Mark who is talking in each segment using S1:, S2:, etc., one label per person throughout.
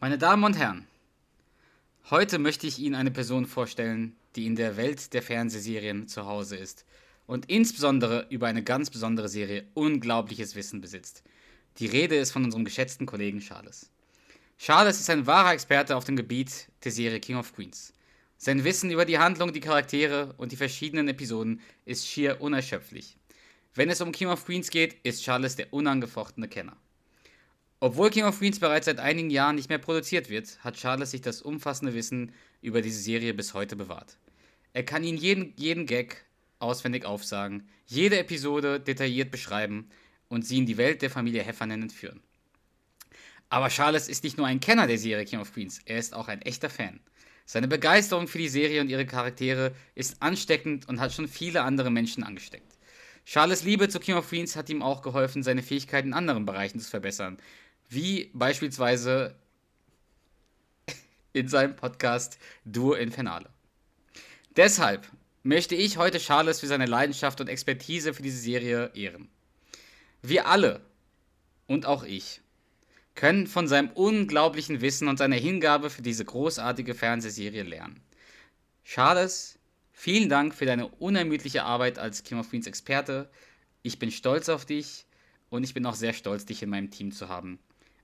S1: Meine Damen und Herren, heute möchte ich Ihnen eine Person vorstellen, die in der Welt der Fernsehserien zu Hause ist und insbesondere über eine ganz besondere Serie unglaubliches Wissen besitzt. Die Rede ist von unserem geschätzten Kollegen Charles. Charles ist ein wahrer Experte auf dem Gebiet der Serie King of Queens. Sein Wissen über die Handlung, die Charaktere und die verschiedenen Episoden ist schier unerschöpflich. Wenn es um King of Queens geht, ist Charles der unangefochtene Kenner. Obwohl King of Queens bereits seit einigen Jahren nicht mehr produziert wird, hat Charles sich das umfassende Wissen über diese Serie bis heute bewahrt. Er kann Ihnen jeden, jeden Gag auswendig aufsagen, jede Episode detailliert beschreiben und Sie in die Welt der Familie Heffernan entführen. Aber Charles ist nicht nur ein Kenner der Serie King of Queens, er ist auch ein echter Fan. Seine Begeisterung für die Serie und ihre Charaktere ist ansteckend und hat schon viele andere Menschen angesteckt. Charles Liebe zu King of Queens hat ihm auch geholfen, seine Fähigkeiten in anderen Bereichen zu verbessern, wie beispielsweise in seinem Podcast Duo Infernale. Deshalb möchte ich heute Charles für seine Leidenschaft und Expertise für diese Serie ehren. Wir alle und auch ich können von seinem unglaublichen Wissen und seiner Hingabe für diese großartige Fernsehserie lernen. Charles, vielen Dank für deine unermüdliche Arbeit als King of Queens Experte. Ich bin stolz auf dich und ich bin auch sehr stolz, dich in meinem Team zu haben.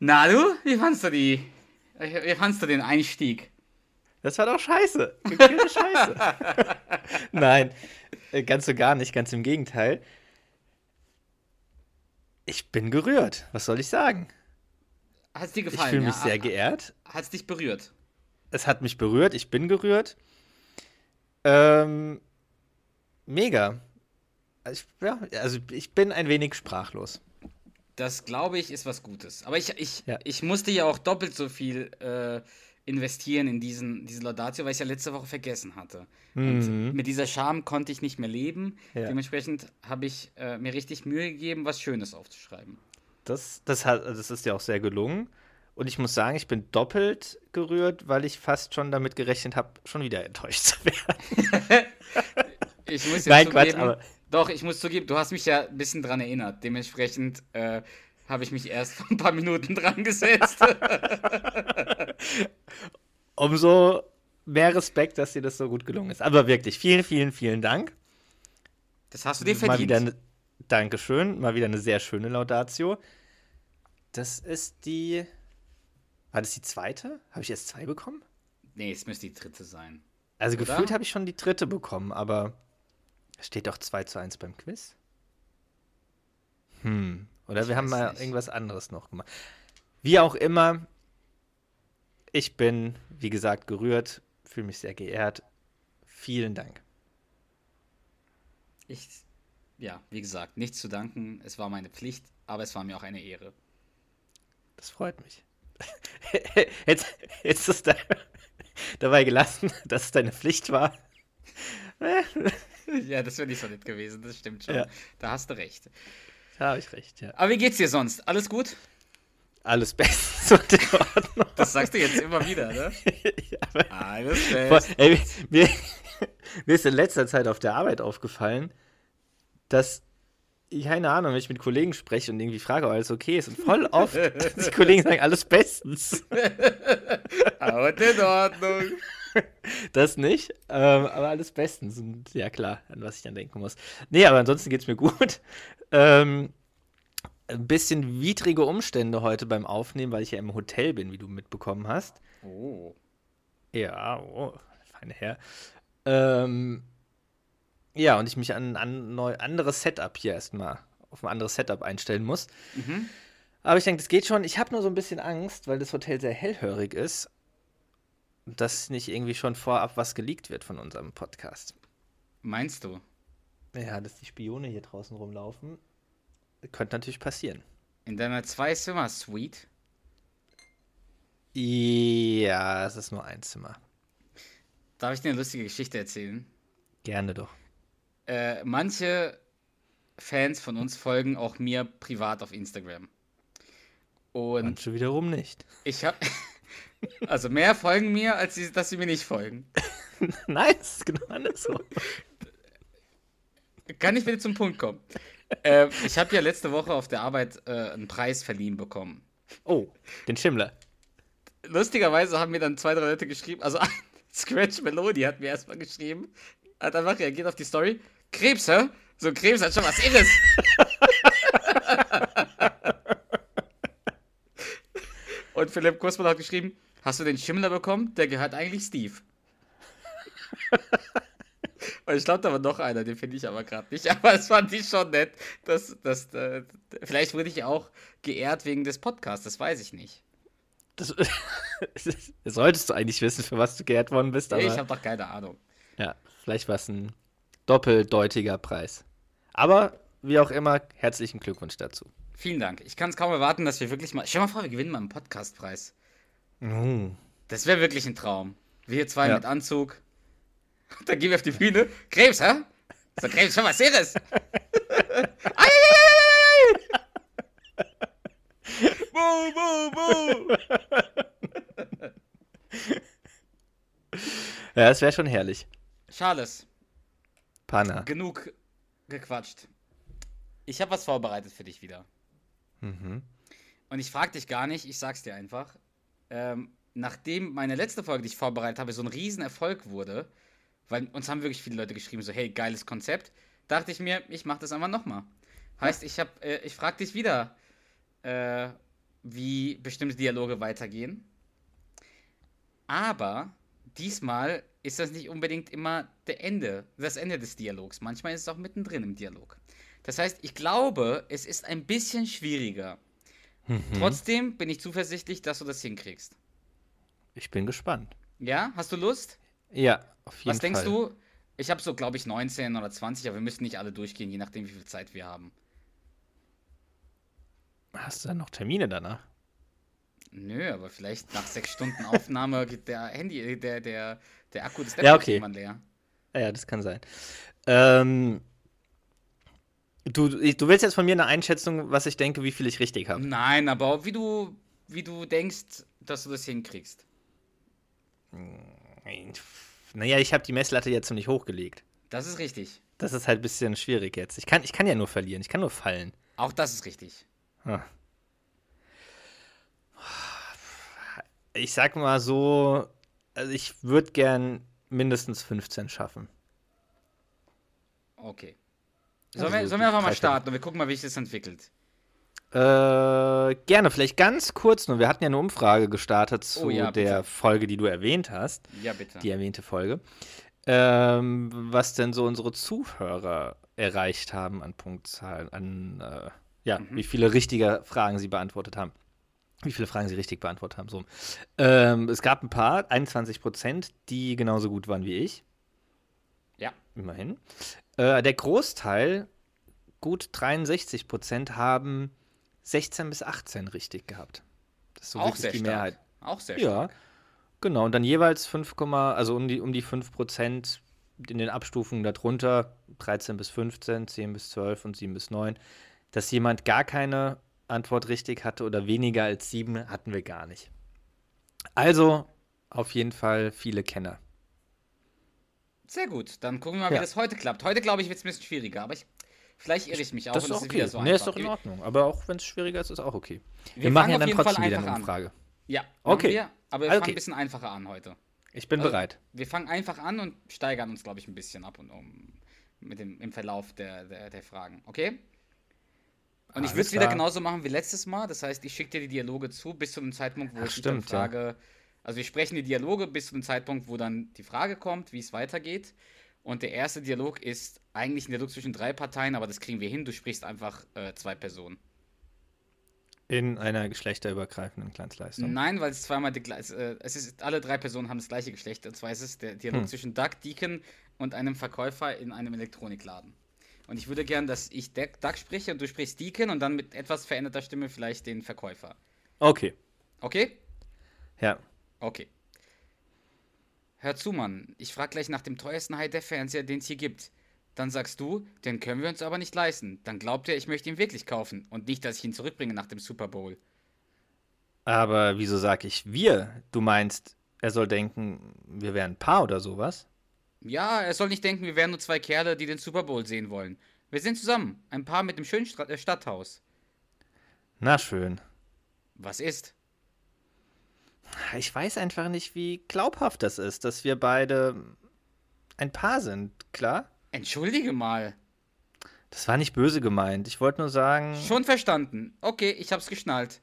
S1: Na du, wie fandst du die? äh, Wie fandst du den Einstieg?
S2: Das war doch scheiße. Gequälte Scheiße. Nein, äh, ganz so gar nicht, ganz im Gegenteil. Ich bin gerührt. Was soll ich sagen?
S1: Hat's dir
S2: Ich
S1: gefallen?
S2: fühle mich
S1: ja?
S2: sehr geehrt.
S1: Hat's dich berührt?
S2: Es hat mich berührt. Ich bin gerührt. Ähm, mega. Ich, ja, also ich bin ein wenig sprachlos.
S1: Das glaube ich ist was Gutes. Aber ich, ich,
S2: Ja.
S1: ich musste ja auch doppelt so viel äh, investieren in diesen, diese Laudatio, weil ich ja letzte Woche vergessen hatte. Und mit dieser Scham konnte ich nicht mehr leben.
S2: Mhm. Ja.
S1: Dementsprechend habe ich äh, mir richtig Mühe gegeben, was Schönes aufzuschreiben.
S2: Das, das, hat, das ist ja auch sehr gelungen. Und ich muss sagen, ich bin doppelt gerührt, weil ich fast schon damit gerechnet habe, schon wieder enttäuscht zu werden.
S1: Ich muss jetzt
S2: Nein, Quatsch,
S1: zugeben,
S2: aber-
S1: doch, ich muss zugeben, du hast mich ja ein bisschen dran erinnert. Dementsprechend äh, habe ich mich erst vor ein paar Minuten dran gesetzt.
S2: Umso mehr Respekt, dass dir das so gut gelungen ist. Aber wirklich, vielen, vielen, vielen Dank.
S1: Das hast du dir
S2: Mal
S1: verdient.
S2: wieder ne, Dankeschön, mal wieder eine sehr schöne Laudatio. Das ist die. War das die zweite? Habe ich jetzt zwei bekommen?
S1: nee, es müsste die dritte sein.
S2: Also
S1: Oder?
S2: gefühlt habe ich schon die dritte bekommen, aber steht doch 2 zu 1 beim Quiz. Hm. Oder
S1: Ich
S2: wir haben
S1: weiß
S2: mal
S1: nicht.
S2: irgendwas anderes noch gemacht. Wie auch immer, ich bin, wie gesagt, gerührt, fühle mich sehr geehrt. Vielen Dank.
S1: Ich, ja, wie gesagt, nichts zu danken. Es war meine Pflicht, aber es war mir auch eine Ehre.
S2: Das freut mich. Jetzt, jetzt ist da, dabei gelassen, dass es deine Pflicht war.
S1: ja, das wäre nicht so nett gewesen, das stimmt schon.
S2: Ja.
S1: Da hast du recht.
S2: Da habe ich recht, ja.
S1: Aber wie geht's dir sonst? Alles gut?
S2: Alles bestens und in Ordnung.
S1: Das sagst du jetzt immer wieder, ne?
S2: ja, aber
S1: Alles
S2: Boah,
S1: fest.
S2: ey, mir, mir ist in letzter Zeit auf der Arbeit aufgefallen, dass ich keine Ahnung, wenn ich mit Kollegen spreche und irgendwie frage, ob alles okay ist, und voll oft die Kollegen sagen, alles bestens.
S1: Aber in Ordnung.
S2: Das nicht, ähm, aber alles bestens. Und ja, klar, an was ich dann denken muss. Nee, aber ansonsten geht's mir gut. Ähm, ein bisschen widrige Umstände heute beim Aufnehmen, weil ich ja im Hotel bin, wie du mitbekommen hast.
S1: Oh.
S2: Ja, oh, feine Herr. Ähm, ja, und ich mich an ein neu, anderes Setup hier erstmal, auf ein anderes Setup einstellen muss.
S1: Mhm.
S2: Aber ich denke, das geht schon. Ich habe nur so ein bisschen Angst, weil das Hotel sehr hellhörig ist, dass nicht irgendwie schon vorab was geleakt wird von unserem Podcast.
S1: Meinst du?
S2: Ja, dass die Spione hier draußen rumlaufen, könnte natürlich passieren.
S1: In deiner Zwei-Zimmer-Suite?
S2: Ja, es ist nur ein Zimmer.
S1: Darf ich dir eine lustige Geschichte erzählen?
S2: Gerne doch.
S1: Äh, manche Fans von uns folgen auch mir privat auf Instagram. Und
S2: Manche wiederum nicht.
S1: ich habe. Also mehr folgen mir, als sie, dass sie mir nicht folgen.
S2: Nein, es ist genau andersrum.
S1: Kann ich bitte zum Punkt kommen? Ähm, ich habe ja letzte Woche auf der Arbeit äh, einen Preis verliehen bekommen.
S2: Oh, den Schimmler.
S1: Lustigerweise haben mir dann zwei, drei Leute geschrieben, also Scratch Melody hat mir erstmal geschrieben, hat einfach reagiert auf die Story. Krebs, hä? So ein Krebs hat schon was Irres. Und Philipp Kursmann hat geschrieben, hast du den Schimmler bekommen? Der gehört eigentlich Steve. Und ich glaube, da war noch einer, den finde ich aber gerade nicht. Aber es fand ich schon nett. Dass, dass, äh, vielleicht wurde ich auch geehrt wegen des Podcasts, das weiß ich nicht.
S2: Das, das solltest du eigentlich wissen, für was du geehrt worden bist, aber
S1: ich habe doch keine Ahnung.
S2: ja, vielleicht war es ein doppeldeutiger Preis. Aber wie auch immer, herzlichen Glückwunsch dazu.
S1: Vielen Dank. Ich kann es kaum erwarten, dass wir wirklich mal. Stell dir mal vor, wir gewinnen mal einen Podcastpreis. Das wäre wirklich ein Traum. Wir zwei
S2: Ja.
S1: mit Anzug. Dann gehen wir auf die Bühne. Krebs, hä? So, Krebs, schon was Seres. Buh, buh, buh.
S2: Ja, das wäre schon herrlich.
S1: Charles,
S2: Panna.
S1: genug gequatscht. Ich habe was vorbereitet für dich wieder. Und ich frage dich gar nicht, ich sag's dir einfach. Ähm, nachdem meine letzte Folge, die ich vorbereitet habe, so ein Riesenerfolg wurde, weil uns haben wirklich viele Leute geschrieben, so hey, geiles Konzept, dachte ich mir, ich mache das einfach nochmal. Heißt, ich, hab, äh, ich frage dich wieder, äh, wie bestimmte Dialoge weitergehen. Aber diesmal ist das nicht unbedingt immer der Ende, das Ende des Dialogs. Manchmal ist es auch mittendrin im Dialog. Das heißt, ich glaube, es ist ein bisschen schwieriger.
S2: Mhm.
S1: Trotzdem bin ich zuversichtlich, dass du das hinkriegst.
S2: Ich bin gespannt.
S1: Ja, hast du Lust?
S2: Ja, auf jeden
S1: Was denkst
S2: Fall.
S1: du? Ich habe so, glaube ich, 19 oder 20, aber wir müssen nicht alle durchgehen, je nachdem, wie viel Zeit wir haben.
S2: Hast du dann noch Termine danach?
S1: Nö, aber vielleicht nach sechs Stunden Aufnahme geht der Handy, äh, der, der, der Akku des Laptops
S2: Ja, okay.
S1: irgendwann leer.
S2: Ah Ja, Ja, das kann sein. Ähm, du, du willst jetzt von mir eine Einschätzung, was ich denke, wie viel ich richtig habe.
S1: Nein, aber wie du, wie du denkst, dass du das hinkriegst.
S2: Naja, ich habe die Messlatte ja ziemlich hochgelegt.
S1: Das ist richtig.
S2: Das ist halt ein bisschen schwierig jetzt. Ich kann, ich kann ja nur verlieren, ich kann nur fallen.
S1: Auch das ist richtig.
S2: Ich sag mal so, also ich würde gern mindestens 15 schaffen.
S1: Okay.
S2: Also
S1: Sollen wir,
S2: so
S1: sollen wir einfach mal
S2: drei Stunden.
S1: starten und wir gucken mal, wie sich das entwickelt.
S2: Äh, gerne, vielleicht ganz kurz nur. Wir hatten ja eine Umfrage gestartet zu
S1: Oh ja,
S2: der Folge, die du erwähnt hast,
S1: Ja, bitte.
S2: die erwähnte Folge. Ähm, was denn so unsere Zuhörer erreicht haben an Punktzahlen, an äh, ja,
S1: Mhm.
S2: wie viele richtige Fragen sie beantwortet haben. Wie viele Fragen sie richtig beantwortet haben. So. rum. Ähm, es gab ein paar, 21 Prozent, die genauso gut waren wie ich.
S1: Ja.
S2: Immerhin. Äh, der Großteil, gut 63 Prozent, haben 16 bis 18 richtig gehabt. Das ist so
S1: Auch
S2: wirklich
S1: sehr
S2: die
S1: stark.
S2: Mehrheit.
S1: Auch sehr stark.
S2: Ja, genau. Und dann jeweils 5, also um die, um die 5 Prozent in den Abstufungen darunter, 13 bis 15, 10 bis 12 und 7 bis 9, dass jemand gar keine Antwort richtig hatte oder weniger als 7 hatten wir gar nicht. Also auf jeden Fall viele Kenner.
S1: Sehr gut, dann gucken wir mal, wie
S2: Ja.
S1: das heute klappt. Heute, glaube ich, wird es ein bisschen schwieriger, aber ich, vielleicht irre ich mich auch.
S2: das ist
S1: und
S2: auch
S1: es
S2: okay.
S1: wieder so
S2: nee, ist
S1: einfach.
S2: doch in Ordnung. Aber auch wenn es schwieriger ist, ist auch okay. Wir,
S1: Wir
S2: machen
S1: fangen
S2: ja
S1: auf
S2: dann
S1: jeden Fall
S2: trotzdem wieder eine
S1: einfach an.
S2: Umfrage.
S1: Ja,
S2: Okay.
S1: okay. Wir, aber wir
S2: Ah,
S1: fangen
S2: okay.
S1: ein bisschen einfacher an heute.
S2: Ich bin
S1: Also,
S2: bereit.
S1: Wir fangen einfach an und steigern uns, glaube ich, ein bisschen ab und um mit dem, im Verlauf der, der, der Fragen, okay? Und
S2: Alles
S1: ich würde es wieder
S2: klar.
S1: genauso machen wie letztes Mal. Das heißt, ich schicke dir die Dialoge zu bis zu dem Zeitpunkt, wo
S2: Ach,
S1: ich dich dann
S2: stimmt, ja.
S1: frage. Also wir sprechen die Dialoge bis zu dem Zeitpunkt, wo dann die Frage kommt, wie es weitergeht. Und der erste Dialog ist eigentlich ein Dialog zwischen drei Parteien, aber das kriegen wir hin. Du sprichst einfach äh, zwei Personen.
S2: In einer geschlechterübergreifenden Glanzleistung.
S1: Nein, weil es zweimal die gleiche. Äh, es ist alle drei Personen haben das gleiche Geschlecht. Und zwar ist es der Dialog zwischen Doug Deacon und einem Verkäufer in einem Elektronikladen. Und ich würde gern, dass ich Doug Doug spreche und du sprichst Deacon und dann mit etwas veränderter Stimme vielleicht den Verkäufer.
S2: Okay.
S1: Okay?
S2: Ja.
S1: Okay. Hör zu, Mann. Ich frage gleich nach dem teuersten High-Def-Fernseher, den es hier gibt. Dann sagst du, den können wir uns aber nicht leisten. Dann glaubt er, ich möchte ihn wirklich kaufen und nicht, dass ich ihn zurückbringe nach dem Super Bowl.
S2: Aber wieso sag ich wir? Du meinst, er soll denken, wir wären ein Paar oder sowas?
S1: Ja, er soll nicht denken, wir wären nur zwei Kerle, die den Super Bowl sehen wollen. Wir sind zusammen, ein Paar mit dem schönen Stra äh, Stadthaus.
S2: Na schön.
S1: Was ist?
S2: Ich weiß einfach nicht, wie glaubhaft das ist, dass wir beide ein Paar sind, klar?
S1: Entschuldige mal.
S2: Das war nicht böse gemeint. Ich wollte nur sagen,
S1: Schon verstanden. Okay, ich hab's geschnallt.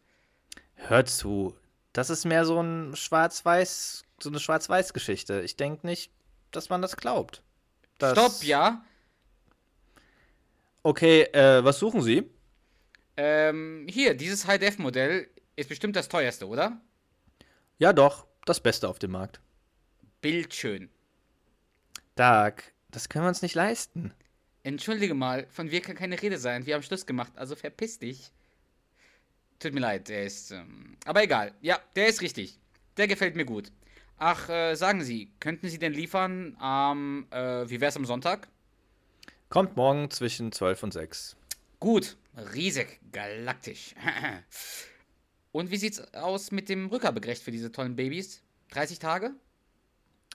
S2: hör zu. Das ist mehr so ein Schwarz-Weiß, so eine Schwarz-Weiß-Geschichte. Ich denke nicht, dass man das glaubt. Das-
S1: Stopp, ja?
S2: Okay, äh, was suchen Sie?
S1: Ähm, hier, dieses High-Def-Modell ist bestimmt das teuerste, oder?
S2: Ja, doch, das Beste auf dem Markt.
S1: Bildschön.
S2: Doug, das können wir uns nicht leisten.
S1: Entschuldige mal, von wir kann keine Rede sein. Wir haben Schluss gemacht, also verpiss dich. Tut mir leid, der ist. Ähm, aber egal. Ja, der ist richtig. Der gefällt mir gut. Ach, äh, sagen Sie, könnten Sie denn liefern am. äh, wie wär's am Sonntag?
S2: Kommt morgen zwischen 12 und 6.
S1: Gut. Riesig. Galaktisch. Und wie sieht's aus mit dem Rückgaberecht für diese tollen Babys? 30 Tage?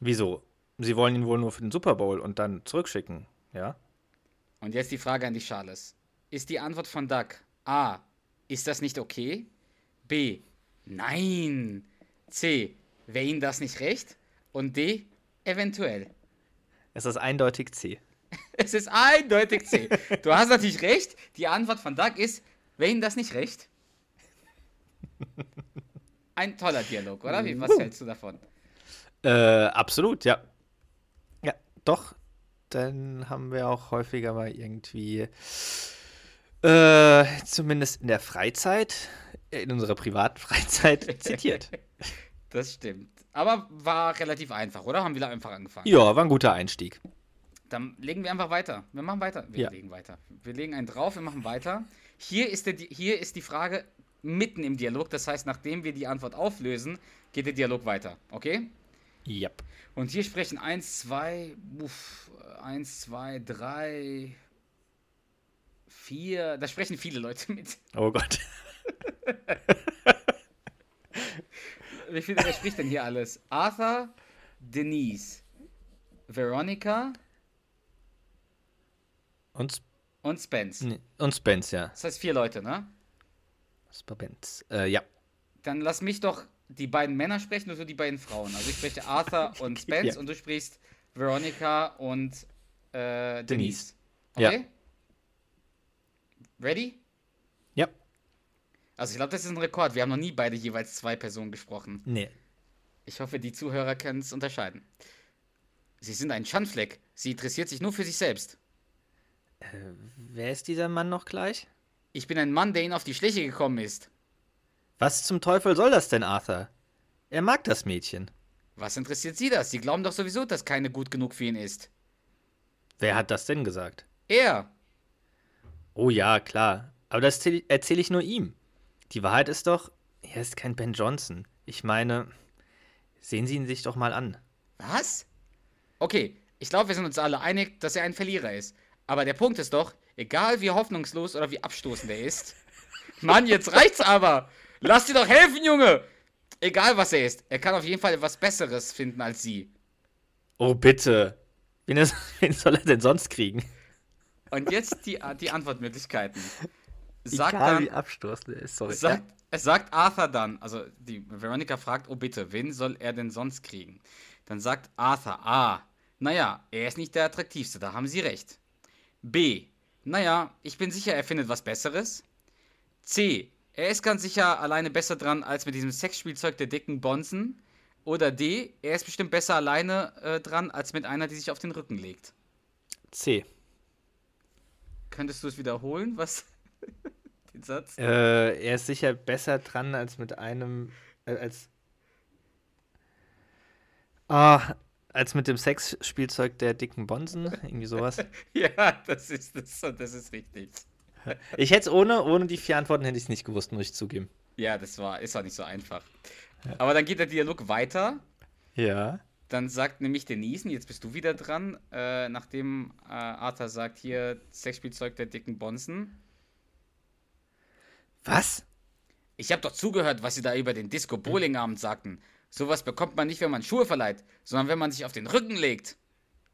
S2: Wieso? Sie wollen ihn wohl nur für den Super Bowl und dann zurückschicken, ja?
S1: Und jetzt die Frage an dich, Charles. Ist die Antwort von Doug A. Ist das nicht okay? B. Nein. C. Wäre Ihnen das nicht recht? Und D. Eventuell.
S2: Es ist eindeutig C.
S1: Es ist eindeutig C. Du hast natürlich recht. Die Antwort von Doug ist, wäre Ihnen das nicht recht? Ein toller Dialog, oder? Wie, was hältst du davon?
S2: Äh, absolut, ja. Ja, doch. Dann haben wir auch häufiger mal irgendwie, äh, zumindest in der Freizeit, in unserer privaten Freizeit, zitiert.
S1: Das stimmt. Aber war relativ einfach, oder? Haben wir einfach angefangen.
S2: ja, war ein guter Einstieg.
S1: Dann legen wir einfach weiter. Wir machen weiter. Wir
S2: Ja.
S1: legen weiter. Wir legen einen drauf, wir machen weiter. Hier ist, der, Di- hier ist die Frage mitten im Dialog. Das heißt, nachdem wir die Antwort auflösen, geht der Dialog weiter. Okay?
S2: Ja.
S1: Und hier sprechen 1, 2, uff, 1, 2, 3, 4. Da sprechen viele Leute mit.
S2: Oh Gott.
S1: Wie viel, wer spricht denn hier alles? Arthur, Denise, Veronica
S2: Und, Sp
S1: und Spence.
S2: nee, und Spence, ja.
S1: Das heißt vier Leute, ne?
S2: Spence. Äh, ja.
S1: Dann lass mich doch die beiden Männer sprechen und du die beiden Frauen. Also ich spreche Arthur und Spence
S2: Ja.
S1: und du sprichst Veronica und äh, Denise.
S2: Denise.
S1: Okay? Ready?
S2: Ja.
S1: Also ich glaube, das ist ein Rekord. Wir haben noch nie beide jeweils zwei Personen gesprochen.
S2: Nee.
S1: Ich hoffe, die Zuhörer können es unterscheiden. Sie sind ein Schandfleck. Sie interessiert sich nur für sich selbst.
S2: Wer ist dieser Mann noch gleich?
S1: Ich bin ein Mann, der ihnen auf die Schliche gekommen ist.
S2: Was zum Teufel soll das denn, Arthur? Er mag das Mädchen.
S1: Was interessiert Sie das? Sie glauben doch sowieso, dass keine gut genug für ihn ist.
S2: Wer hat das denn gesagt?
S1: Er.
S2: Oh ja, klar. Aber das erzähle ich nur ihm. Die Wahrheit ist doch, er ist kein Ben Johnson. Ich meine, sehen Sie ihn sich doch mal an.
S1: Was? Okay, ich glaube, wir sind uns alle einig, dass er ein Verlierer ist. Aber der Punkt ist doch, egal wie hoffnungslos oder wie abstoßend er ist. Mann, jetzt reicht's aber! Lass dir doch helfen, Junge! Egal was er ist, er kann auf jeden Fall etwas Besseres finden als sie.
S2: Oh, bitte. Wen, ist, wen soll er denn sonst kriegen?
S1: Und jetzt die, die Antwortmöglichkeiten. Sag
S2: Sagt
S1: dann,
S2: abstoßend er ist. Sorry.
S1: sagt, es sagt Arthur dann, also die Veronica fragt, oh bitte, wen soll er denn sonst kriegen? Dann sagt Arthur, A, naja, er ist nicht der attraktivste, da haben Sie recht. B, naja, ich bin sicher, er findet was Besseres. C, er ist ganz sicher alleine besser dran als mit diesem Sexspielzeug der dicken Bonzen. Oder D, er ist bestimmt besser alleine äh, dran als mit einer, die sich auf den Rücken legt.
S2: C.
S1: Könntest du es wiederholen, was? Den Satz?
S2: Äh, er ist sicher besser dran als mit einem. Äh, als. Ah, als mit dem Sexspielzeug der dicken Bonsen. Irgendwie sowas.
S1: Ja, das ist, das, das ist richtig.
S2: Ich hätte es ohne, ohne die vier Antworten hätte ich es nicht gewusst, muss ich zugeben.
S1: Ja, das war, ist auch nicht so einfach. Aber dann geht der Dialog weiter.
S2: Ja.
S1: Dann sagt nämlich Denise, jetzt bist du wieder dran, äh, nachdem äh, Arthur sagt, hier Sexspielzeug der dicken Bonzen.
S2: Was?
S1: Ich habe doch zugehört, was sie da über den Disco-Bowling-Abend sagten. Sowas bekommt man nicht, wenn man Schuhe verleiht, sondern wenn man sich auf den Rücken legt.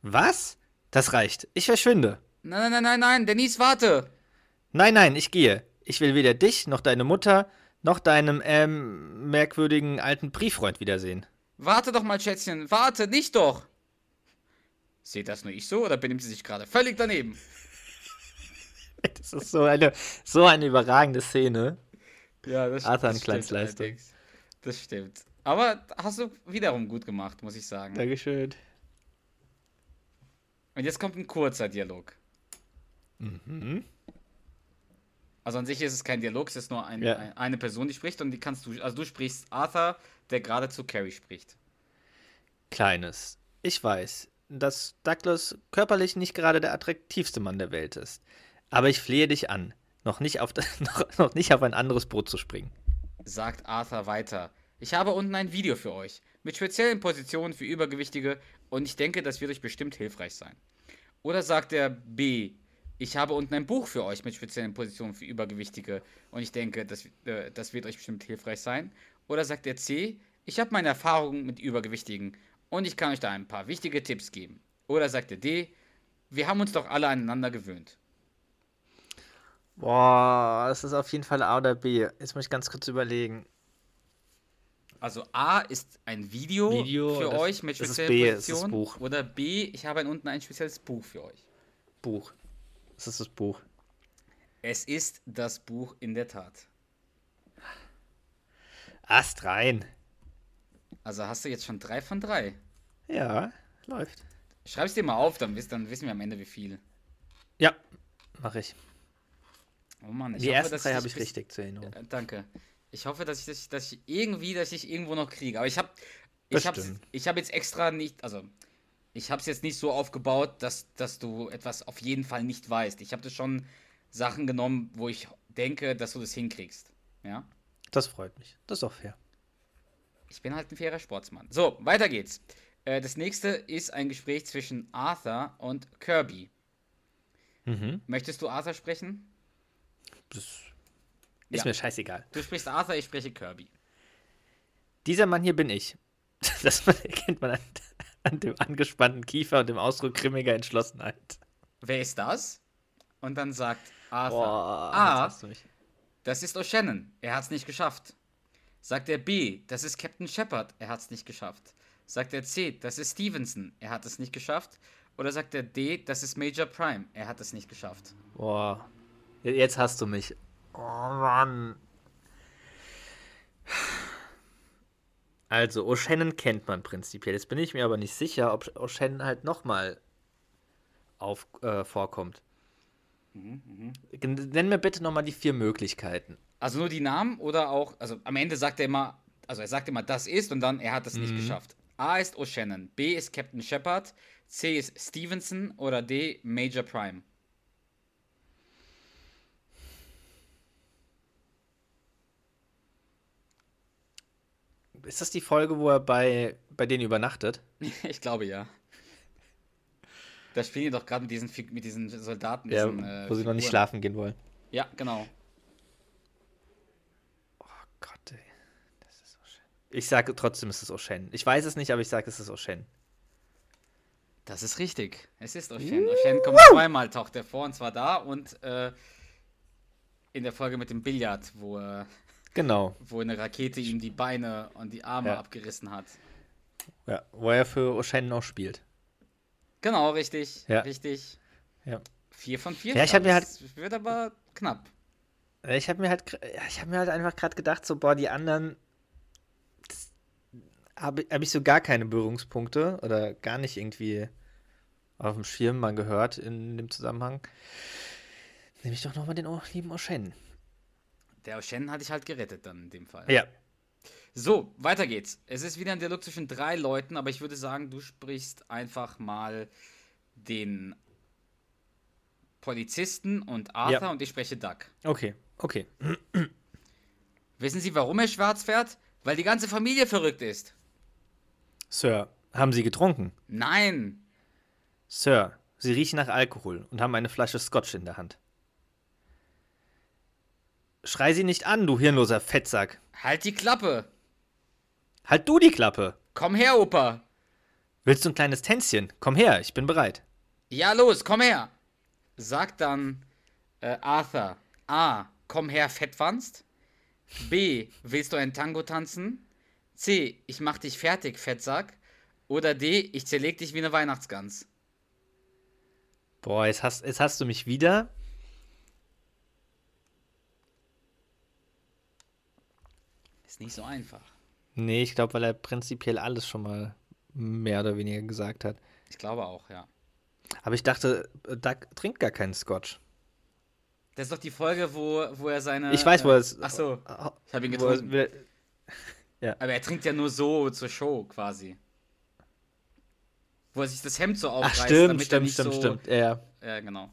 S2: Was? Das reicht. Ich verschwinde.
S1: Nein, nein, nein, nein, Denise, warte.
S2: Nein, nein, ich gehe. Ich will weder dich noch deine Mutter noch deinem ähm, merkwürdigen alten Brieffreund wiedersehen.
S1: Warte doch mal, Schätzchen, warte, nicht doch. Seht das nur ich so oder benimmt sie sich gerade völlig daneben?
S2: Das ist so eine, so eine überragende Szene.
S1: Ja, das,
S2: Arthur an Kleinstleistung.
S1: allerdings. Das stimmt. Aber hast du wiederum gut gemacht, muss ich sagen.
S2: Dankeschön.
S1: Und jetzt kommt ein kurzer Dialog.
S2: Mhm.
S1: Also an sich ist es kein Dialog, es ist nur ein,
S2: Ja.
S1: ein, eine Person, die spricht und die kannst du, also du sprichst Arthur, der gerade zu Carrie spricht.
S2: Kleines. Ich weiß, dass Douglas körperlich nicht gerade der attraktivste Mann der Welt ist. Aber ich flehe dich an, noch nicht auf, da- noch, noch nicht auf ein anderes Boot zu springen.
S1: Sagt Arthur weiter. Ich habe unten ein Video für euch mit speziellen Positionen für Übergewichtige und ich denke, das wird euch bestimmt hilfreich sein. Oder sagt er B, ich habe unten ein Buch für euch mit speziellen Positionen für Übergewichtige und ich denke, das, äh, das wird euch bestimmt hilfreich sein. Oder sagt er C, ich habe meine Erfahrungen mit Übergewichtigen und ich kann euch da ein paar wichtige Tipps geben. Oder sagt er D, wir haben uns doch alle aneinander gewöhnt.
S2: Boah, das ist auf jeden Fall A oder B. Jetzt muss ich ganz kurz überlegen.
S1: Also A ist ein Video,
S2: Video,
S1: für
S2: das-
S1: euch mit
S2: das ist
S1: speziellen
S2: B, es ist
S1: Positionen.
S2: Buch.
S1: Oder B, ich habe ein- unten ein spezielles Buch für euch.
S2: Buch. Das ist das Buch.
S1: Es ist das Buch in der Tat.
S2: Ast rein.
S1: Also hast du jetzt schon drei von drei.
S2: Ja, läuft.
S1: Schreib's dir mal auf, dann, wiss, dann wissen wir am Ende, wie viel.
S2: Ja, mache ich.
S1: Oh Mann, ich
S2: Die
S1: hoffe,
S2: ersten
S1: dass
S2: drei
S1: ich
S2: habe
S1: dich
S2: ich
S1: bis-
S2: richtig zur Erinnerung.
S1: Äh, Danke. Ich hoffe, dass ich, dass ich, dass ich irgendwie, dass ich irgendwo noch kriege. Aber ich habe
S2: Das
S1: ich hab's-
S2: stimmt.
S1: ich hab jetzt extra nicht, also ich habe es jetzt nicht so aufgebaut, dass, dass du etwas auf jeden Fall nicht weißt. Ich habe schon Sachen genommen, wo ich denke, dass du das hinkriegst. Ja?
S2: Das freut mich. Das ist auch fair.
S1: Ich bin halt ein fairer Sportsmann. So, weiter geht's. Äh, das nächste ist ein Gespräch zwischen Arthur und Kirby.
S2: Mhm.
S1: Möchtest du Arthur sprechen?
S2: Das ist
S1: Ja.
S2: mir scheißegal.
S1: Du sprichst Arthur, ich spreche Kirby.
S2: Dieser Mann hier bin ich. Das man- erkennt man an, an dem angespannten Kiefer und dem Ausdruck grimmiger Entschlossenheit.
S1: Wer ist das? Und dann sagt Arthur.
S2: Boah,
S1: ah,
S2: jetzt hast du mich.
S1: Das ist O'Shannon. Er hat's nicht geschafft. Sagt er B, das ist Captain Shepard. Er hat's nicht geschafft. Sagt er C, das ist Stevenson. Er hat es nicht geschafft. Oder sagt er D, das ist Major Prime. Er hat es nicht geschafft.
S2: Boah. Jetzt hast du mich. Oh Mann. Also, O'Shannon kennt man prinzipiell. Jetzt bin ich mir aber nicht sicher, ob O'Shannon halt nochmal auf, äh, vorkommt. Mhm, Nenn mir bitte nochmal die vier Möglichkeiten.
S1: Also nur die Namen oder auch, also am Ende sagt er immer, also er sagt immer, das ist und dann, er hat es nicht geschafft. A ist O'Shannon, B ist Captain Shepard, C ist Stevenson oder D Major Prime.
S2: Ist das die Folge, wo er bei, bei denen übernachtet?
S1: Ich glaube ja. Da spielen die doch gerade mit diesen, Fi- mit diesen Soldaten. diesen, äh,
S2: wo sie noch nicht
S1: Figuren.
S2: schlafen gehen wollen.
S1: Ja, genau.
S2: Oh Gott, ey. Das ist O'Shannon. Ich sage trotzdem, es ist O'Shannon. Ich weiß es nicht, aber ich sage, es ist O'Shannon.
S1: Das ist richtig. Es ist O'Shan. O'Shan kommt zweimal, taucht er vor, und zwar da und äh, in der Folge mit dem Billard, wo, äh,
S2: Genau.
S1: wo eine Rakete ihm die Beine und die Arme
S2: Ja.
S1: abgerissen hat.
S2: Ja, wo er für O'Shannon auch spielt.
S1: Genau, richtig.
S2: Ja.
S1: Richtig.
S2: Ja.
S1: Vier von vier.
S2: Ja, ich hab mir halt-
S1: Das wird aber knapp.
S2: Ich habe mir halt, gr- ja, ich habe mir halt einfach gerade gedacht, so, boah, die anderen habe hab ich so gar keine Berührungspunkte oder gar nicht irgendwie auf dem Schirm mal gehört in dem Zusammenhang. Nehme ich doch nochmal den O- lieben O'Shannon.
S1: Der O'Shan hatte ich halt gerettet dann in dem Fall.
S2: Ja,
S1: So, weiter geht's. Es ist wieder ein Dialog zwischen drei Leuten, aber ich würde sagen, du sprichst einfach mal den Polizisten und Arthur
S2: Ja.
S1: und ich spreche Duck.
S2: okay, okay.
S1: Wissen Sie, warum er schwarz fährt? Weil die ganze Familie verrückt ist.
S2: Sir, haben Sie getrunken?
S1: Nein.
S2: Sir, Sie riechen nach Alkohol und haben eine Flasche Scotch in der Hand. Schrei sie nicht an, du hirnloser Fettsack.
S1: Halt die Klappe.
S2: Halt du die Klappe.
S1: Komm her, Opa.
S2: Willst du ein kleines Tänzchen? Komm her, ich bin bereit.
S1: Ja, los, komm her. Sagt dann äh, Arthur. A. Komm her, Fettwanst. B. Willst du ein Tango tanzen? C. Ich mach dich fertig, Fettsack. Oder D. Ich zerleg dich wie eine Weihnachtsgans.
S2: Boah, jetzt hast, jetzt hast du mich wieder.
S1: Ist nicht so einfach.
S2: Nee, ich glaube, weil er prinzipiell alles schon mal mehr oder weniger gesagt hat.
S1: Ich glaube auch, ja.
S2: Aber ich dachte, Doug trinkt gar keinen Scotch.
S1: Das ist doch die Folge, wo, wo er seine. äh,
S2: Ich weiß, wo er es-
S1: Ah, Ach so. Ich habe ihn
S2: Wo er-
S1: getrunken.
S2: wer-
S1: Aber er trinkt ja nur so zur Show quasi. Wo er sich das Hemd so
S2: Ach,
S1: aufreißt,
S2: stimmt,
S1: damit er
S2: stimmt,
S1: nicht
S2: stimmt,
S1: so.
S2: stimmt. Ja, Ja.
S1: Ja, genau.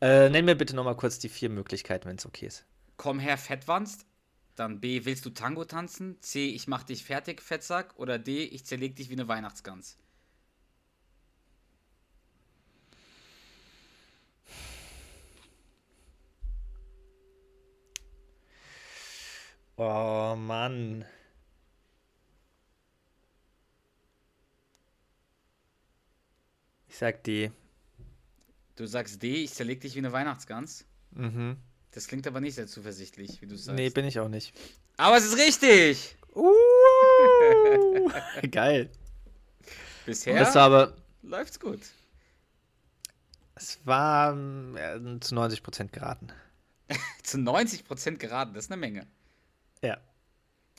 S2: Äh, nenn mir bitte nochmal kurz die vier Möglichkeiten, wenn es okay ist.
S1: Komm her, Fettwanst. Dann B, willst du Tango tanzen? C, ich mach dich fertig, Fettsack. Oder D, ich zerleg dich wie eine Weihnachtsgans.
S2: Oh Mann. Ich sag die.
S1: Du sagst D, ich zerleg dich wie eine Weihnachtsgans.
S2: Mhm.
S1: Das klingt aber nicht sehr zuversichtlich, wie du sagst.
S2: Nee, bin ich auch nicht.
S1: Aber es ist richtig!
S2: Uh, geil.
S1: Bisher
S2: Das war aber.
S1: läuft's gut.
S2: Es war ähm, äh, zu 90 Prozent geraten.
S1: Zu 90% geraten, das ist eine Menge.
S2: Ja.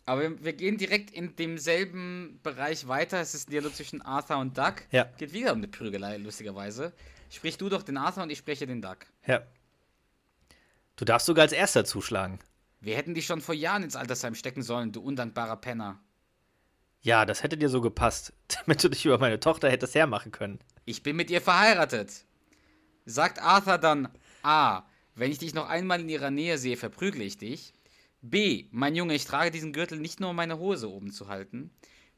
S1: Aber wir, wir gehen direkt in demselben Bereich weiter. Es ist ein Dialog zwischen Arthur und Duck.
S2: Ja.
S1: Geht wieder um eine Prügelei, lustigerweise. Sprich du doch den Arthur und ich spreche den Duck.
S2: Ja. Du darfst sogar als erster zuschlagen.
S1: Wir hätten dich schon vor Jahren ins Altersheim stecken sollen, du undankbarer Penner.
S2: Ja, das hätte dir so gepasst, damit du dich über meine Tochter hättest hermachen können.
S1: Ich bin mit ihr verheiratet. Sagt Arthur dann A. Wenn ich dich noch einmal in ihrer Nähe sehe, verprügle ich dich. B. Mein Junge, ich trage diesen Gürtel nicht nur, um meine Hose oben zu halten.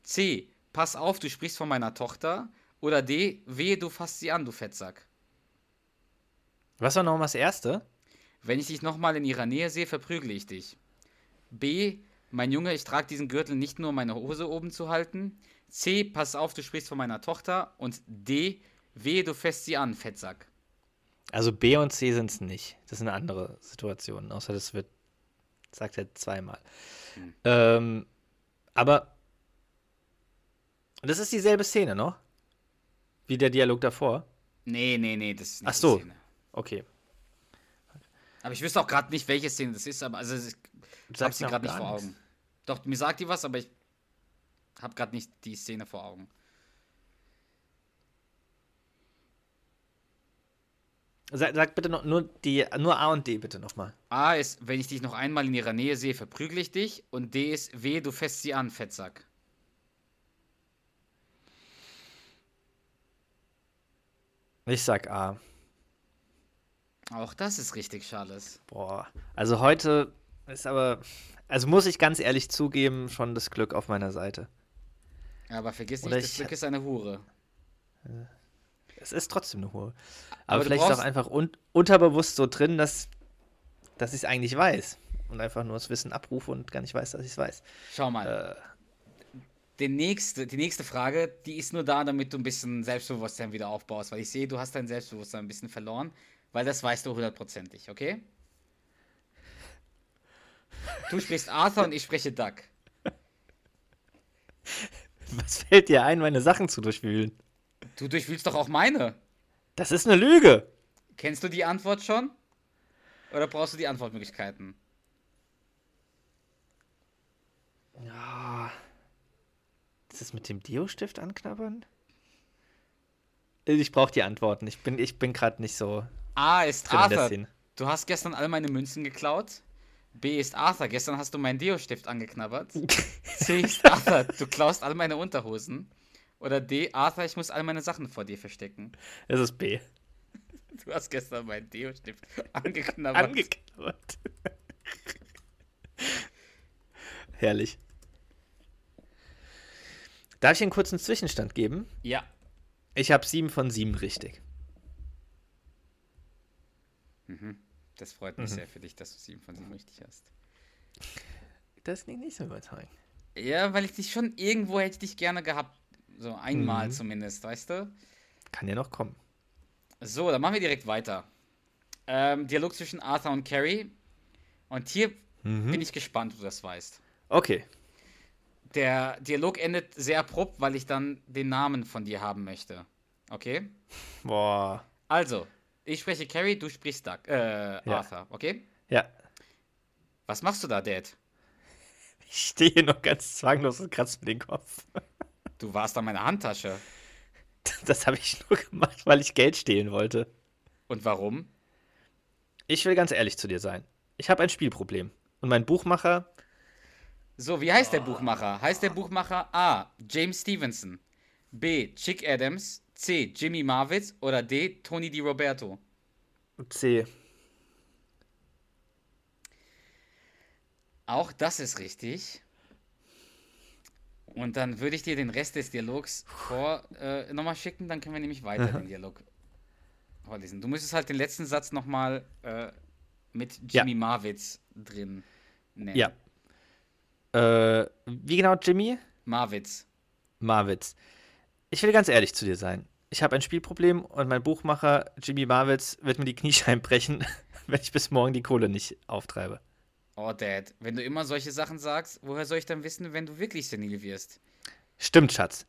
S1: C. Pass auf, du sprichst von meiner Tochter. Oder D. Wehe, du fasst sie an, du Fettsack.
S2: Was war nochmal das Erste?
S1: Wenn ich dich nochmal in ihrer Nähe sehe, verprügle ich dich. B. Mein Junge, ich trage diesen Gürtel nicht nur, um meine Hose oben zu halten. C. Pass auf, du sprichst von meiner Tochter. Und D. Wehe, du fässt sie an, Fettsack.
S2: Also B und C sind es nicht. Das sind andere Situationen, außer das wird, sagt er zweimal.
S1: Hm.
S2: Ähm, aber das ist dieselbe Szene, noch? Wie der Dialog davor.
S1: Nee, nee, nee, das ist nicht
S2: Ach so.
S1: die Szene.
S2: Okay.
S1: Aber ich wüsste auch gerade nicht, welche Szene das ist, aber also ich hab
S2: sagst
S1: sie
S2: mir auch
S1: gerade nicht
S2: gar
S1: vor Augen.
S2: nichts.
S1: Doch, mir sagt die was, aber ich hab gerade nicht die Szene vor Augen.
S2: Sag, sag bitte noch, nur, die, nur A und D bitte nochmal.
S1: A ist, wenn ich dich noch einmal in ihrer Nähe sehe, verprügle ich dich. Und D ist, wehe, du fässt sie an, Fettsack.
S2: Ich sag A.
S1: Auch das ist richtig, Charles.
S2: Boah. Also heute ist aber, also muss ich ganz ehrlich zugeben, schon das Glück auf meiner Seite.
S1: Aber vergiss nicht,
S2: Oder
S1: das
S2: ich-
S1: Glück ist eine Hure.
S2: Es ist trotzdem eine Hure. Aber,
S1: Aber du
S2: vielleicht ist auch
S1: brauchst-
S2: einfach un unterbewusst so drin, dass, dass ich es eigentlich weiß. Und einfach nur das Wissen abrufe und gar nicht weiß, dass ich es weiß.
S1: Schau mal.
S2: Äh.
S1: Der nächste, die nächste Frage, die ist nur da, damit du ein bisschen Selbstbewusstsein wieder aufbaust, weil ich sehe, du hast dein Selbstbewusstsein ein bisschen verloren, weil das weißt du hundertprozentig, okay? Du sprichst Arthur und ich spreche Duck.
S2: Was fällt dir ein, meine Sachen zu durchwühlen?
S1: Du durchwühlst doch auch meine.
S2: Das ist eine Lüge.
S1: Kennst du die Antwort schon? Oder brauchst du die Antwortmöglichkeiten?
S2: Ist das mit dem Deo-Stift anknabbern? Ich brauche die Antworten. Ich bin, ich bin gerade nicht so.
S1: A ist
S2: Drin in der
S1: Arthur.
S2: Szene.
S1: Du hast gestern all meine Münzen geklaut. B ist Arthur. Gestern hast du meinen Deo-Stift angeknabbert. C ist Arthur. Du klaust all meine Unterhosen. Oder D, Arthur, ich muss all meine Sachen vor dir verstecken.
S2: Es ist B.
S1: Du hast gestern meinen Deo-Stift angeknabbert.
S2: Angeknabbert. Herrlich. Darf ich einen kurzen Zwischenstand geben?
S1: Ja.
S2: Ich habe sieben von sieben richtig.
S1: Das freut mich sehr für dich, dass du sieben von sieben richtig hast.
S2: Das klingt nicht so überzeugend.
S1: Ja, weil ich dich schon irgendwo hätte ich dich gerne gehabt. So einmal zumindest, weißt du?
S2: Kann ja noch kommen.
S1: So, dann machen wir direkt weiter. Ähm, Dialog zwischen Arthur und Carrie. Und hier bin ich gespannt, ob du das weißt.
S2: Okay.
S1: Der Dialog endet sehr abrupt, weil ich dann den Namen von dir haben möchte. Okay?
S2: Boah.
S1: Also, ich spreche Carrie, du sprichst Doug, äh, Arthur, okay?
S2: Ja.
S1: Was machst du da, Dad?
S2: Ich stehe hier noch ganz zwanglos und kratze mir den Kopf.
S1: Du warst an meiner Handtasche.
S2: Das habe ich nur gemacht, weil ich Geld stehlen wollte.
S1: Und warum?
S2: Ich will ganz ehrlich zu dir sein. Ich habe ein Spielproblem. Und mein Buchmacher,
S1: So, wie heißt der Buchmacher? Heißt der Buchmacher A. James Stevenson, B. Chick Adams, C. Jimmy Marwitz oder D. Tony Di Roberto?
S2: C.
S1: Auch das ist richtig. Und dann würde ich dir den Rest des Dialogs vor, äh, nochmal schicken, dann können wir nämlich weiter den Dialog vorlesen. Du müsstest halt den letzten Satz nochmal äh, mit
S2: Ja.
S1: Jimmy Marwitz drin nennen.
S2: Ja. Äh, wie genau, Jimmy?
S1: Marwitz.
S2: Marwitz. Ich will ganz ehrlich zu dir sein. Ich habe ein Spielproblem und mein Buchmacher Jimmy Marwitz wird mir die Kniescheiben brechen, wenn ich bis morgen die Kohle nicht auftreibe.
S1: Oh, Dad, wenn du immer solche Sachen sagst, woher soll ich dann wissen, wenn du wirklich senil wirst?
S2: Stimmt, Schatz.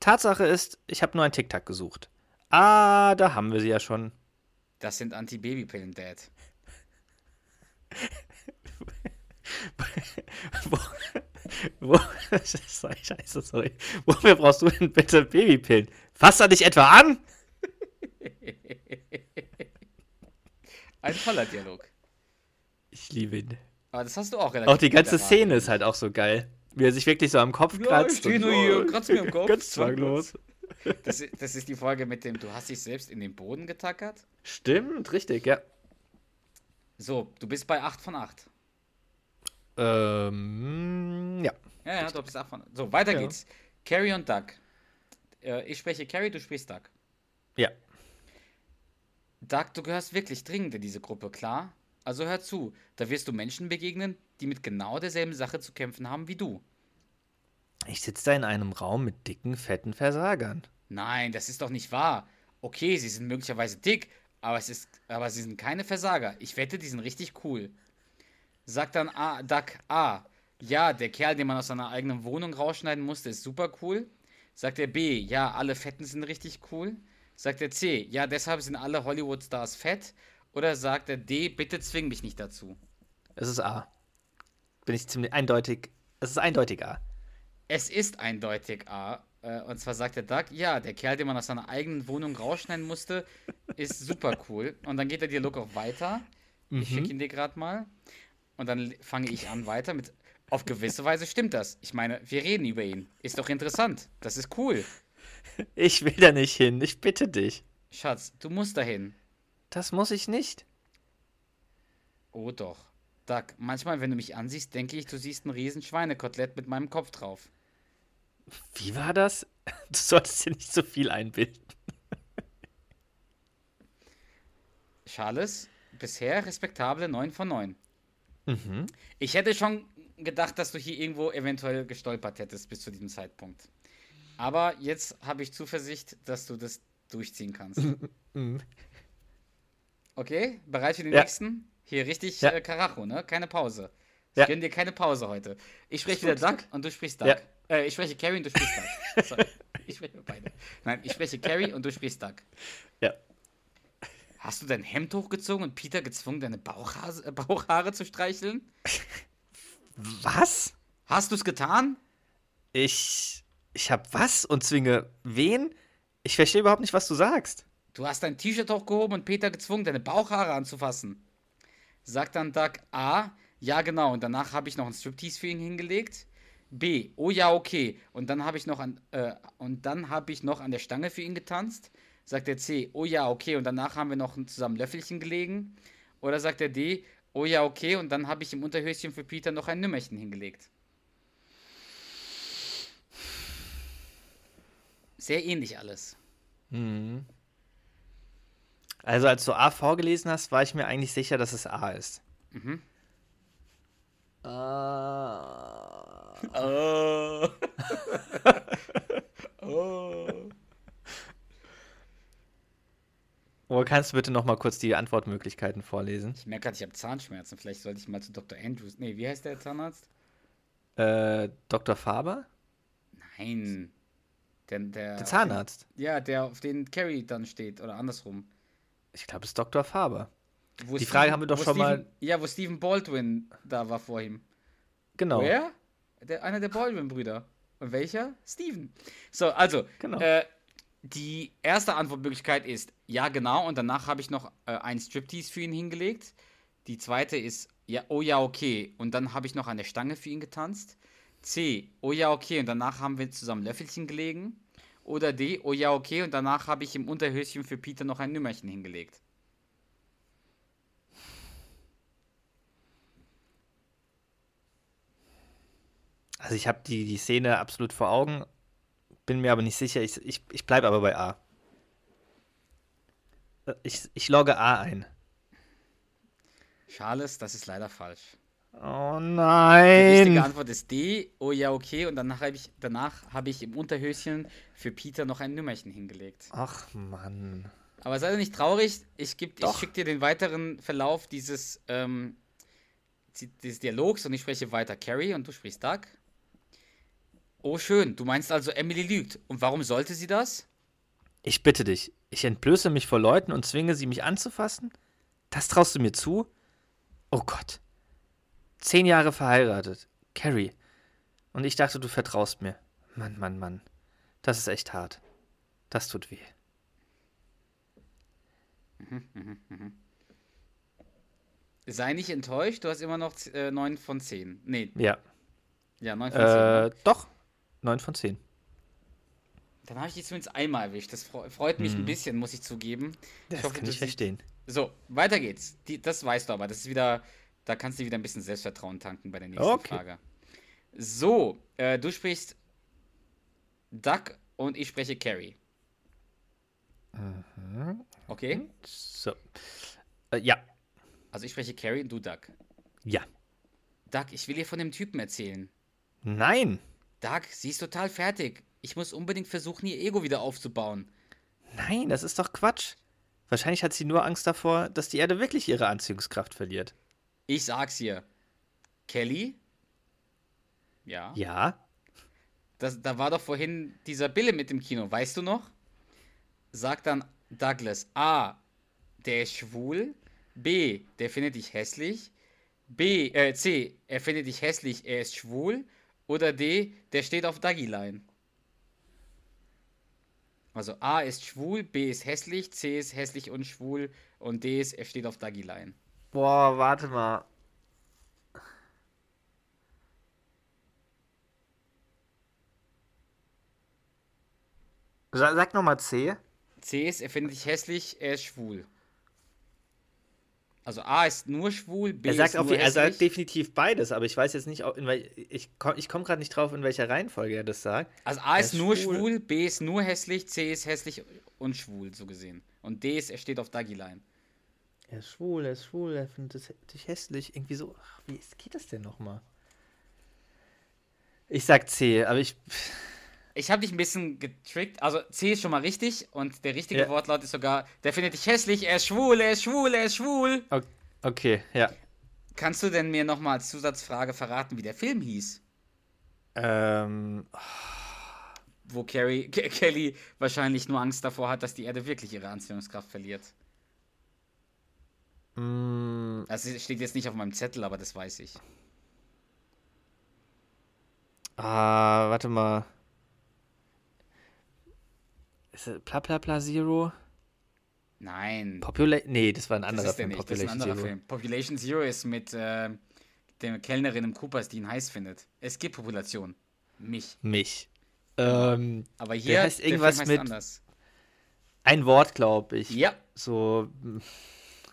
S2: Tatsache ist, ich habe nur ein Tic-Tac gesucht. Ah, da haben wir sie ja schon.
S1: Das sind Antibabypillen, Dad.
S2: Wo, wo, sorry, scheiße, sorry. Wofür brauchst du denn bitte Babypillen? Fasst er dich etwa an?
S1: Ein toller Dialog.
S2: Ich liebe ihn.
S1: Aber das hast du auch relativ
S2: Auch die
S1: gut
S2: ganze
S1: erraten.
S2: Szene ist halt auch so geil. Wie er sich wirklich so am Kopf kratzt.
S1: ich steh
S2: und-
S1: nur hier, kratz mir am Kopf.
S2: Ganz zwanglos.
S1: Das, i- das ist die Folge mit dem, du hast dich selbst in den Boden getackert.
S2: Stimmt, richtig, ja.
S1: So, du bist bei 8 von 8.
S2: Ähm, ja.
S1: Ja, ja, du bist 8 von 8. So, weiter
S2: Ja.
S1: geht's. Carrie und Doug. Äh, ich spreche Carrie, du sprichst Doug.
S2: Ja.
S1: Doug, du gehörst wirklich dringend in diese Gruppe, klar? Also hör zu, da wirst du Menschen begegnen, die mit genau derselben Sache zu kämpfen haben wie du.
S2: Ich sitze da in einem Raum mit dicken, fetten Versagern.
S1: Nein, das ist doch nicht wahr. Okay, sie sind möglicherweise dick, aber, es ist, aber sie sind keine Versager. Ich wette, die sind richtig cool. Sagt dann A, Duck A. Ja, der Kerl, den man aus seiner eigenen Wohnung rausschneiden musste, ist super cool. Sagt der B. Ja, alle Fetten sind richtig cool. Sagt der C. Ja, deshalb sind alle Hollywood-Stars fett. Oder sagt der D. Bitte zwing mich nicht dazu.
S2: Es ist A. Bin ich ziemlich eindeutig. Es ist eindeutig A.
S1: Es ist eindeutig A. Äh, Und zwar sagt der Doug, ja, der Kerl, den man aus seiner eigenen Wohnung rausschneiden musste, ist super cool. Und dann geht der Dialog auch weiter. Ich schicke ihn dir gerade mal. Und dann l- fange ich an weiter mit, auf gewisse Weise stimmt das. Ich meine, wir reden über ihn. Ist doch interessant. Das ist cool.
S2: Ich will da nicht hin. Ich bitte dich.
S1: Schatz, du musst dahin.
S2: Das muss ich nicht.
S1: Oh doch. Doug, manchmal, wenn du mich ansiehst, denke ich, du siehst ein riesen Schweinekotelett mit meinem Kopf drauf.
S2: Wie war das? Du solltest dir nicht so viel einbilden.
S1: Charles, bisher respektable 9 von 9.
S2: Mhm.
S1: Ich hätte schon gedacht, dass du hier irgendwo eventuell gestolpert hättest bis zu diesem Zeitpunkt. Aber jetzt habe ich Zuversicht, dass du das durchziehen kannst. Okay, bereit für den
S2: Mhm. Ja.
S1: nächsten? Hier richtig
S2: Ja.
S1: äh, Karacho, ne? Keine Pause. Ich
S2: Ja.
S1: gönn dir keine Pause heute. Ich spreche wieder
S2: Gut,
S1: Duck und du sprichst Duck.
S2: Ja.
S1: Äh, ich spreche Carrie und du sprichst Duck. Sorry. Ich spreche beide. Nein, ich spreche Carrie und du sprichst Duck.
S2: Ja.
S1: Hast du dein Hemd hochgezogen und Peter gezwungen, deine Bauchhase, äh, Bauchhaare zu streicheln?
S2: Was?
S1: Hast du es getan?
S2: Ich. Ich hab was und zwinge wen? Ich verstehe überhaupt nicht, was du sagst.
S1: Du hast dein T-Shirt hochgehoben und Peter gezwungen, deine Bauchhaare anzufassen. Sagt dann Doug A. Ja, genau, und danach habe ich noch ein Striptease für ihn hingelegt. B. Oh ja, okay. Und dann habe ich noch an äh, und dann habe ich noch an der Stange für ihn getanzt. Sagt der C. Oh ja, okay. Und danach haben wir noch zusammen Löffelchen gelegen. Oder sagt der D. Oh ja, okay. Und dann habe ich im Unterhöschen für Peter noch ein Nümmerchen hingelegt. sehr ähnlich alles.
S2: Also als du A vorgelesen hast, war ich mir eigentlich sicher, dass es A ist.
S1: Mhm.
S2: Ah.
S1: Oh.
S2: Oh, kannst du bitte noch mal kurz die Antwortmöglichkeiten vorlesen?
S1: Ich merke gerade, ich habe Zahnschmerzen. Vielleicht sollte ich mal zu Dr. Andrews. Nee, wie heißt der Zahnarzt?
S2: Äh, Dr. Faber?
S1: Nein. Der, der,
S2: Der Zahnarzt.
S1: Ja, der, auf den Carrie dann steht. Oder andersrum.
S2: Ich glaube, es ist Dr. Faber.
S1: Wo
S2: Die Frage haben wir doch
S1: wo
S2: schon mal-
S1: Stephen- Ja, wo Stephen Baldwin da war vor ihm.
S2: Genau.
S1: Wer? Der, einer der Baldwin-Brüder. Und welcher? Steven. So, also,
S2: Genau.
S1: äh, die erste Antwortmöglichkeit ist ja, genau. Und danach habe ich noch äh, einen Striptease für ihn hingelegt. Die zweite ist ja, oh ja, okay. Und dann habe ich noch an der Stange für ihn getanzt. C, oh ja, okay. Und danach haben wir zusammen Löffelchen gelegen. Oder D, oh ja, okay. Und danach habe ich im Unterhöschen für Peter noch ein Nümmerchen hingelegt.
S2: Also ich habe die, die Szene absolut vor Augen, bin mir aber nicht sicher. Ich, ich, ich bleibe aber bei A. Äh, Ich, ich logge A ein.
S1: Charles, das ist leider falsch.
S2: Oh
S1: Die richtige
S2: nein.
S1: Antwort ist D. Oh ja, okay. Und danach habe ich, danach habe ich im Unterhöschen für Peter noch ein Nümmerchen hingelegt.
S2: Ach Mann.
S1: Aber sei doch nicht traurig. Ich, geb- ich
S2: Doch.
S1: schicke dir den weiteren Verlauf dieses, ähm, zi- dieses Dialogs und ich spreche weiter Carrie und du sprichst Doug. Oh, schön. Du meinst also, Emily lügt. Und warum sollte sie das?
S2: Ich bitte dich, ich entblöße mich vor Leuten und zwinge sie, mich anzufassen? Das traust du mir zu? Oh Gott. Zehn Jahre verheiratet. Carrie. Und ich dachte, du vertraust mir. Mann, Mann, Mann. Das ist echt hart. Das tut weh.
S1: Sei nicht enttäuscht. Du hast immer noch z- äh, 9 von 10. Nee,
S2: Ja.
S1: ja, 9 von 10. ne?
S2: Äh, doch. Neun von zehn.
S1: Dann habe ich dich zumindest einmal erwischt. Das freu- freut mich ein bisschen, muss ich zugeben.
S2: Hm. Das
S1: hoffe,
S2: kann
S1: du
S2: ich
S1: sie-
S2: verstehen.
S1: So, weiter geht's. Die, das weißt du aber. Das ist wieder, da kannst du wieder ein bisschen Selbstvertrauen tanken bei der nächsten
S2: Okay.
S1: Frage. So, äh, du sprichst Duck und ich spreche Carrie. Okay,
S2: So. Äh, ja.
S1: also ich spreche Carrie und du Duck.
S2: Ja.
S1: Duck, ich will dir von dem Typen erzählen.
S2: Nein.
S1: Duck, sie ist total fertig. Ich muss unbedingt versuchen, ihr Ego wieder aufzubauen.
S2: Nein, das ist doch Quatsch. Wahrscheinlich hat sie nur Angst davor, dass die Erde wirklich ihre Anziehungskraft verliert.
S1: Ich sag's ihr. Kelly? Ja.
S2: Ja.
S1: Das, da war doch vorhin dieser Bille mit dem Kino, weißt du noch? Sagt dann Douglas, A, der ist schwul, B, der findet dich hässlich, B, äh, C, er findet dich hässlich, er ist schwul, oder D, der steht auf Dougie Line. Also A ist schwul, B ist hässlich, C ist hässlich und schwul und D ist, er steht auf Dougie Line.
S2: Boah, warte mal. Sa sag nochmal C.
S1: C ist, er findet dich hässlich, er ist schwul. Also A ist nur schwul, B
S2: Er sagt,
S1: ist
S2: auf, also,
S1: nur
S2: er sagt
S1: hässlich.
S2: definitiv beides, aber ich weiß jetzt nicht, au- in wel, ich komme ich komm gerade nicht drauf, in welcher Reihenfolge er das sagt.
S1: Also A ist,
S2: ist
S1: nur schwul.
S2: schwul.
S1: B ist nur hässlich, C ist hässlich und schwul, so gesehen. Und D ist, er steht auf Dougie Line.
S2: Er ist schwul, er ist schwul, er findet dich hässlich. Irgendwie so. Ach, wie ist, geht das denn nochmal? Ich sag C, aber ich.
S1: Ich habe dich ein bisschen getrickt. Also C ist schon mal richtig und der richtige
S2: Ja.
S1: Wortlaut ist sogar, der findet dich hässlich, er ist schwul, er ist schwul, er ist schwul.
S2: o- Okay, ja.
S1: Kannst du denn mir nochmal als Zusatzfrage verraten, wie der Film hieß?
S2: Ähm,
S1: Wo Carrie, Ke- Kelly wahrscheinlich nur Angst davor hat, dass die Erde wirklich ihre Anziehungskraft verliert.
S2: mm,
S1: Das ist- Also, steht jetzt nicht auf meinem Zettel, aber das weiß ich.
S2: ah, warte mal. Ist es Bla Bla Bla Zero?
S1: Nein.
S2: Popula nee, das war ein
S1: Das
S2: anderer
S1: ist der
S2: Film.
S1: nicht, das ist ein anderer Film. Population Zero ist mit äh, der Kellnerin im Coopers, die ihn heiß findet. Es gibt Population. Mich.
S2: Mich. Ähm,
S1: Aber hier
S2: heißt irgendwas mit-
S1: anders.
S2: ein Wort, glaube ich.
S1: Ja,
S2: So, mm,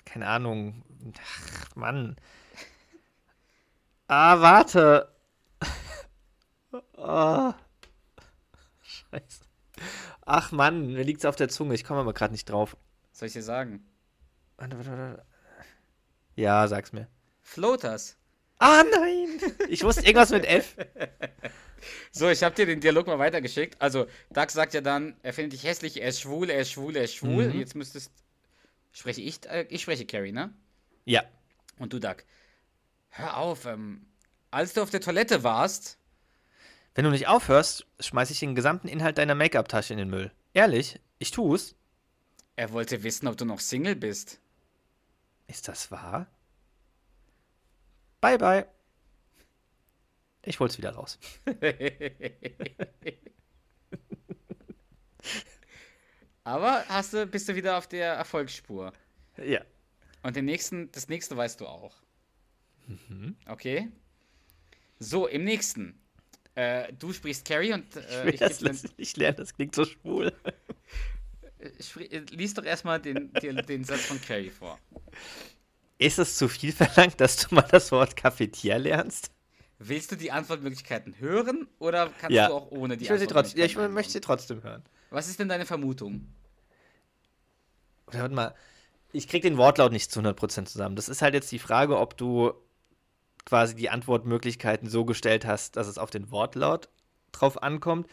S2: keine Ahnung. Ach, Mann. Ah, warte. Ah. Scheiße. Ach Mann, mir liegt's auf der Zunge. Ich komme aber gerade nicht drauf.
S1: Soll ich dir sagen?
S2: Warte, warte, warte. Ja, sag's mir.
S1: Floaters.
S2: Ah nein! Ich wusste irgendwas mit F.
S1: So, ich habe dir den Dialog mal weitergeschickt. Also, Doug sagt ja dann, er findet dich hässlich, er ist schwul, er ist schwul, er ist schwul.
S2: Mhm.
S1: Jetzt müsstest. Spreche ich. Äh, ich spreche Carrie, ne?
S2: Ja.
S1: Und du, Doug. Hör auf, ähm, als du auf der Toilette warst,
S2: Wenn du nicht aufhörst, schmeiß ich den gesamten Inhalt deiner Make-up-Tasche in den Müll. Ehrlich, ich tu's.
S1: er wollte wissen, ob du noch Single bist.
S2: Ist das wahr? Bye, bye. Ich hol's wieder raus.
S1: Aber hast du, bist du wieder auf der Erfolgsspur.
S2: Ja.
S1: Und den nächsten, das nächste weißt du auch.
S2: Mhm.
S1: Okay. So, im nächsten. Äh, du sprichst Carrie und äh, ich,
S2: Ich, das
S1: geb dann,
S2: lässt- ich lerne, das klingt so schwul.
S1: äh, spri- äh, lies doch erstmal den, den, den Satz von Carrie vor.
S2: Ist es zu viel verlangt, dass du mal das Wort Cafetier lernst?
S1: Willst du die Antwortmöglichkeiten hören oder kannst
S2: Ja.
S1: du auch ohne die
S2: Ich, will sie trotzdem, ja, ich
S1: Antwortmöglichkeiten
S2: möchte sie
S1: einbauen?
S2: trotzdem hören.
S1: Was ist denn deine Vermutung?
S2: Oder warte mal, ich krieg den Wortlaut nicht zu 100% zusammen. Das ist halt jetzt die Frage, ob du quasi die Antwortmöglichkeiten so gestellt hast, dass es auf den Wortlaut drauf ankommt.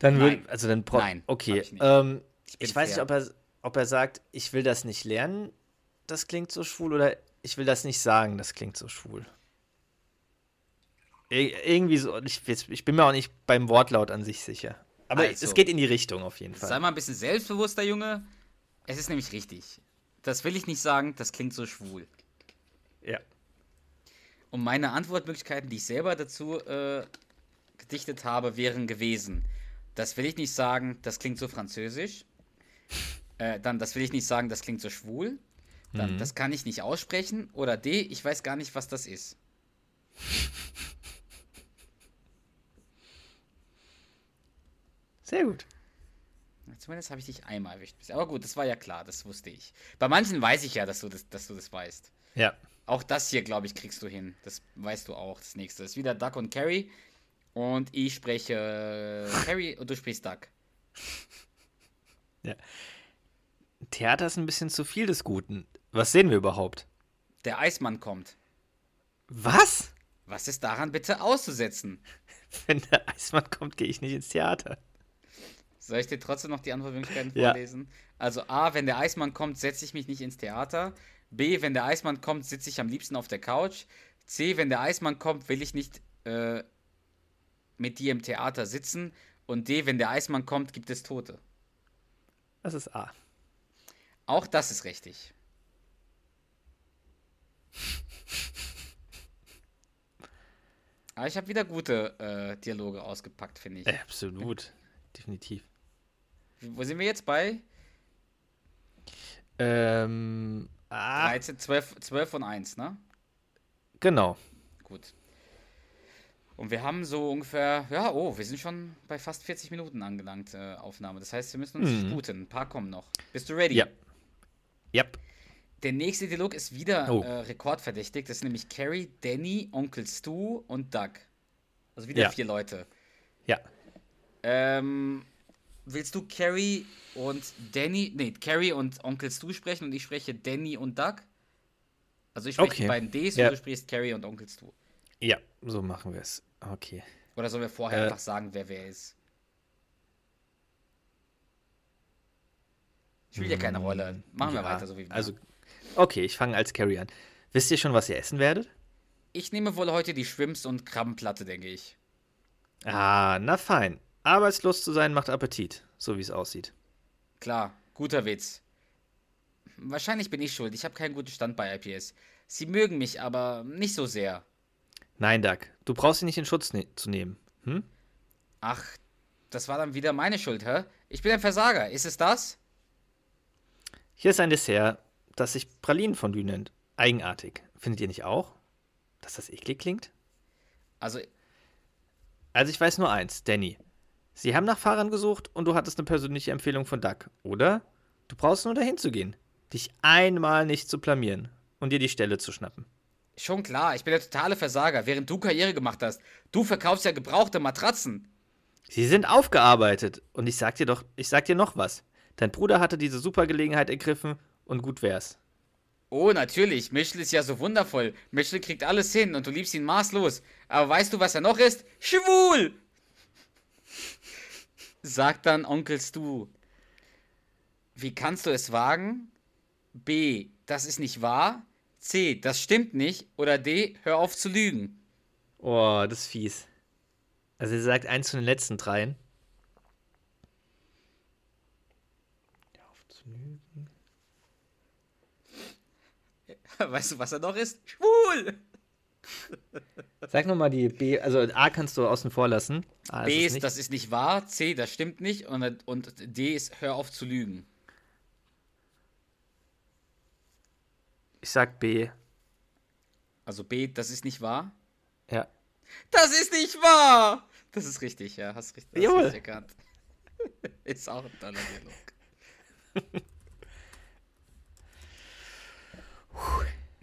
S2: Dann würde
S1: Nein.
S2: also dann pro-
S1: Nein,
S2: okay.
S1: hab ich
S2: Ich,
S1: nicht.
S2: ähm,
S1: bin
S2: ich, weiß
S1: fair.
S2: nicht, ob er ob er sagt, ich will das nicht lernen, das klingt so schwul oder ich will das nicht sagen, das klingt so schwul. Ir irgendwie so ich, jetzt- ich bin mir auch nicht beim Wortlaut an sich sicher. Aber
S1: Also.
S2: es geht in die Richtung auf jeden Fall.
S1: Sei mal ein bisschen selbstbewusster, Junge. Es ist nämlich richtig. Das will ich nicht sagen, das klingt so schwul.
S2: Ja.
S1: Und meine Antwortmöglichkeiten, die ich selber dazu äh, gedichtet habe, wären gewesen. Das will ich nicht sagen, das klingt so französisch. Äh, dann, das will ich nicht sagen, das klingt so schwul. Dann, das kann ich nicht aussprechen. Oder D, ich weiß gar nicht, was das ist.
S2: Sehr gut.
S1: Na, Zumindest habe ich dich einmal erwischt. bisher. Aber gut, das war ja klar, das wusste ich. Bei manchen weiß ich ja, dass du das, dass du das weißt.
S2: Ja.
S1: Auch das hier, glaube ich, kriegst du hin. Das weißt du auch. Das nächste ist wieder Duck und Carrie. Und ich spreche äh, Carrie und du sprichst Duck.
S2: Theater ist ein bisschen zu viel des Guten. Was sehen wir überhaupt?
S1: Der Eismann kommt.
S2: Was?
S1: Was ist daran bitte auszusetzen?
S2: Wenn der Eismann kommt, gehe ich nicht ins Theater.
S1: Soll ich dir trotzdem noch die Antwortmöglichkeiten
S2: Ja.
S1: vorlesen? Also A, wenn der Eismann kommt, setze ich mich nicht ins Theater. B, wenn der Eismann kommt, sitze ich am liebsten auf der Couch. C, wenn der Eismann kommt, will ich nicht äh, mit dir im Theater sitzen. Und D, wenn der Eismann kommt, gibt es Tote.
S2: Das ist A.
S1: Auch das ist richtig. Aber ich habe wieder gute äh, Dialoge ausgepackt, finde
S2: Äh.
S1: ich.
S2: absolut. Definitiv.
S1: Wo sind wir jetzt bei?
S2: Ähm, A.
S1: 13, 12, 12 und 1, ne?
S2: Genau.
S1: Gut. Und wir haben so ungefähr, ja, oh, wir sind schon bei fast 40 Minuten angelangt, äh, Aufnahme. Das heißt, wir müssen uns
S2: Mhm.
S1: sputen. Ein paar kommen noch. Bist du ready?
S2: Ja. Ja.
S1: Der nächste Dialog ist wieder
S2: Oh.
S1: äh, rekordverdächtig. Das ist nämlich Carrie, Danny, Onkel Stu und Doug. Also wieder
S2: Ja.
S1: vier Leute.
S2: Ja.
S1: Ähm, willst du Carrie und Danny, nee, Carrie und Onkel Stu sprechen und ich spreche Danny und Doug? Also ich spreche
S2: Okay.
S1: die beiden Ds
S2: Ja.
S1: und du sprichst Carrie und Onkel Stu.
S2: Ja. So machen wir es. Okay.
S1: Oder sollen wir vorher
S2: Äh.
S1: einfach sagen, wer wer ist? Spielt ja keine Rolle. Machen wir
S2: Mm. Hm. Ja,
S1: weiter, so wie wir.
S2: Also, okay, ich fange als Carrie an. Wisst ihr schon, was ihr essen werdet?
S1: ich nehme wohl heute die Schwimms- und Krabbenplatte, denke ich.
S2: Ah, na fein. Arbeitslos zu sein macht Appetit, so wie es aussieht.
S1: Klar, guter Witz. Wahrscheinlich bin ich schuld. Ich habe keinen guten Stand bei IPS. Sie mögen mich aber nicht so sehr.
S2: Nein, Doug, du brauchst ihn nicht in Schutz ne zu nehmen. Hm?
S1: Ach, das war dann wieder meine Schuld, hä? Ich bin ein Versager. Ist es das?
S2: Hier ist ein Dessert, das sich Pralinenfondue nennt. Eigenartig. Findet ihr nicht auch, dass das eklig klingt?
S1: Also,
S2: Also ich weiß nur eins, Danny. Sie haben nach Fahrern gesucht und du hattest eine persönliche Empfehlung von Duck, oder? Du brauchst nur dahin zu gehen, dich einmal nicht zu blamieren und dir die Stelle zu schnappen.
S1: schon klar, ich bin der totale Versager, während du Karriere gemacht hast. Du verkaufst ja gebrauchte Matratzen.
S2: Sie sind aufgearbeitet. Und ich sag dir doch, ich sag dir noch was. Dein Bruder hatte diese super Gelegenheit ergriffen und gut wär's.
S1: Oh, natürlich. Michel ist ja so wundervoll. Michel kriegt alles hin und du liebst ihn maßlos. Aber weißt du, was er noch ist? Schwul! Sagt dann Onkel Stu. Wie kannst du es wagen? B. Das ist nicht wahr. C. Das stimmt nicht. Oder D. Hör auf zu lügen.
S2: Oh, das ist fies. Also, er sagt eins von den letzten dreien.
S1: Weißt du, was er noch ist? Schwul!
S2: Sag nochmal die B, also A kannst du außen vor lassen. A
S1: B
S2: es
S1: ist,
S2: nicht.
S1: das ist nicht wahr. C, das stimmt nicht. Und, und D ist, hör auf zu lügen.
S2: Ich sag B.
S1: Also B, das ist nicht wahr.
S2: Ja.
S1: Das ist nicht wahr! Das ist richtig, ja. Hast richtig, hast
S2: Jawohl.
S1: richtig erkannt. ist auch ein toller Dialog.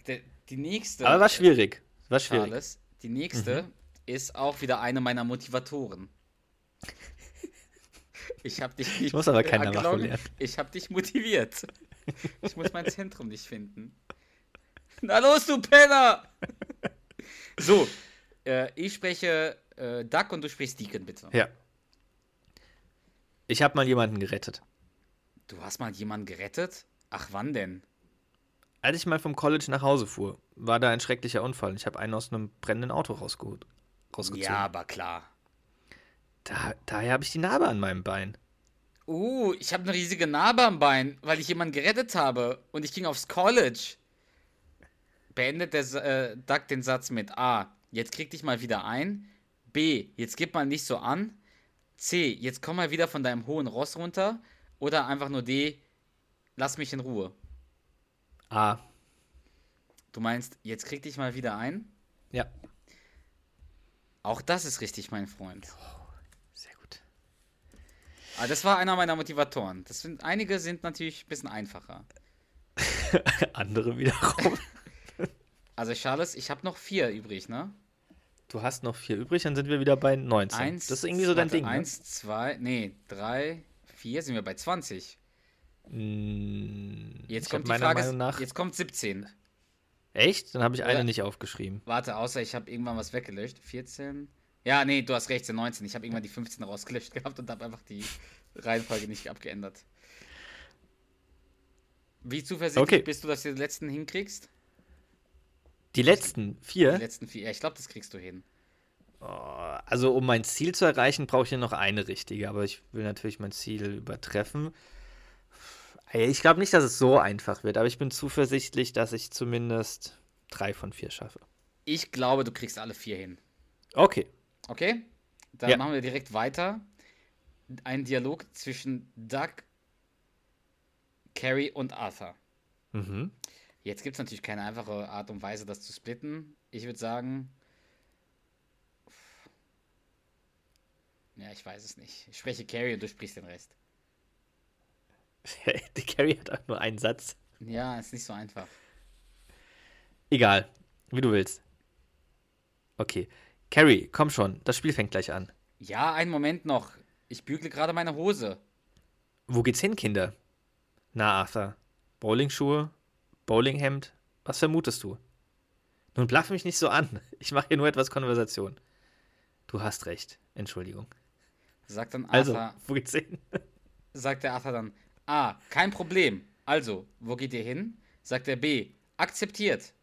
S1: Der, die nächste.
S2: Aber war schwierig. War schwierig.
S1: Charles, die nächste
S2: Mhm.
S1: ist auch wieder eine meiner Motivatoren. Ich habe dich nicht
S2: muss aber keiner machen
S1: angelogen,
S2: lernen.
S1: Ich habe dich motiviert. Ich muss mein Zentrum nicht finden. Na los, du Penner! So, äh, ich spreche äh, Duck und du sprichst Deacon, bitte.
S2: Ja. Ich habe mal jemanden gerettet.
S1: Du hast mal jemanden gerettet? Ach, wann denn?
S2: Als ich mal vom College nach Hause fuhr, war da ein schrecklicher Unfall. Ich habe einen aus einem brennenden Auto rausgeholt. Rausgezogen.
S1: Ja, aber klar.
S2: Da, daher habe ich die Narbe an meinem Bein.
S1: Uh, ich habe eine riesige Narbe am Bein, weil ich jemanden gerettet habe und ich ging aufs College. Beendet der Sa- äh, Duck den Satz mit A. Jetzt krieg dich mal wieder ein. B. Jetzt gib mal nicht so an. C. Jetzt komm mal wieder von deinem hohen Ross runter. Oder einfach nur D. Lass mich in Ruhe.
S2: Ah.
S1: Du meinst, jetzt krieg dich mal wieder ein?
S2: Ja.
S1: Auch das ist richtig, mein Freund.
S2: Sehr gut.
S1: Aber das war einer meiner Motivatoren. Das sind, einige sind natürlich ein bisschen einfacher.
S2: Andere wiederum.
S1: Also, Charles, ich habe noch vier übrig, ne?
S2: Du hast noch vier übrig, dann sind wir wieder bei 19.
S1: Eins,
S2: das ist irgendwie so dein
S1: warte,
S2: Ding. ne?
S1: Eins, zwei, nee, drei, vier sind wir bei 20.
S2: Ne?
S1: Jetzt
S2: Ich
S1: kommt
S2: hab
S1: die
S2: meiner
S1: Frage,
S2: Meinung nach-
S1: jetzt kommt 17.
S2: Echt? Dann habe ich
S1: Oder-
S2: eine nicht aufgeschrieben.
S1: Warte, außer ich habe irgendwann was weggelöscht. 14. Ja, nee, du hast recht, sind 19. Ich habe irgendwann die 15 rausgelöscht gehabt und habe einfach die Reihenfolge nicht abgeändert. Wie zuversichtlich
S2: Okay.
S1: bist du, dass du die letzten hinkriegst?
S2: Die letzten
S1: Die
S2: vier?
S1: letzten vier. Ja, ich glaube, das kriegst du hin.
S2: Also, um mein Ziel zu erreichen, brauche ich hier noch eine richtige, aber ich will natürlich mein Ziel übertreffen. Ey, Ich glaube nicht, dass es so einfach wird, aber ich bin zuversichtlich, dass ich zumindest drei von vier schaffe.
S1: Ich glaube, du kriegst alle vier hin.
S2: Okay.
S1: Okay, dann
S2: Ja.
S1: machen wir direkt weiter. Ein Dialog zwischen Doug, Carrie und Arthur.
S2: Mhm.
S1: Jetzt gibt es natürlich keine einfache Art und Weise, das zu splitten. Ich würde sagen. Ja, ich weiß es nicht. Ich spreche Carrie und du sprichst den Rest.
S2: Die Carrie hat auch nur einen Satz.
S1: Ja, ist nicht so einfach.
S2: Egal, wie du willst. Okay. Carrie, komm schon, das Spiel fängt gleich an.
S1: Ja, einen Moment noch. Ich bügle gerade meine Hose.
S2: Wo geht's hin, Kinder? Na, Arthur. Bowlingschuhe? Bowlinghemd? Was vermutest du? Nun bluff mich nicht so an. Ich mache hier nur etwas Konversation. Du hast recht. Entschuldigung.
S1: Sagt dann
S2: Also,
S1: Arthur.
S2: wo geht's hin?
S1: sagt der Arthur dann, A, kein Problem. Also, wo geht ihr hin? Sagt der B, akzeptiert.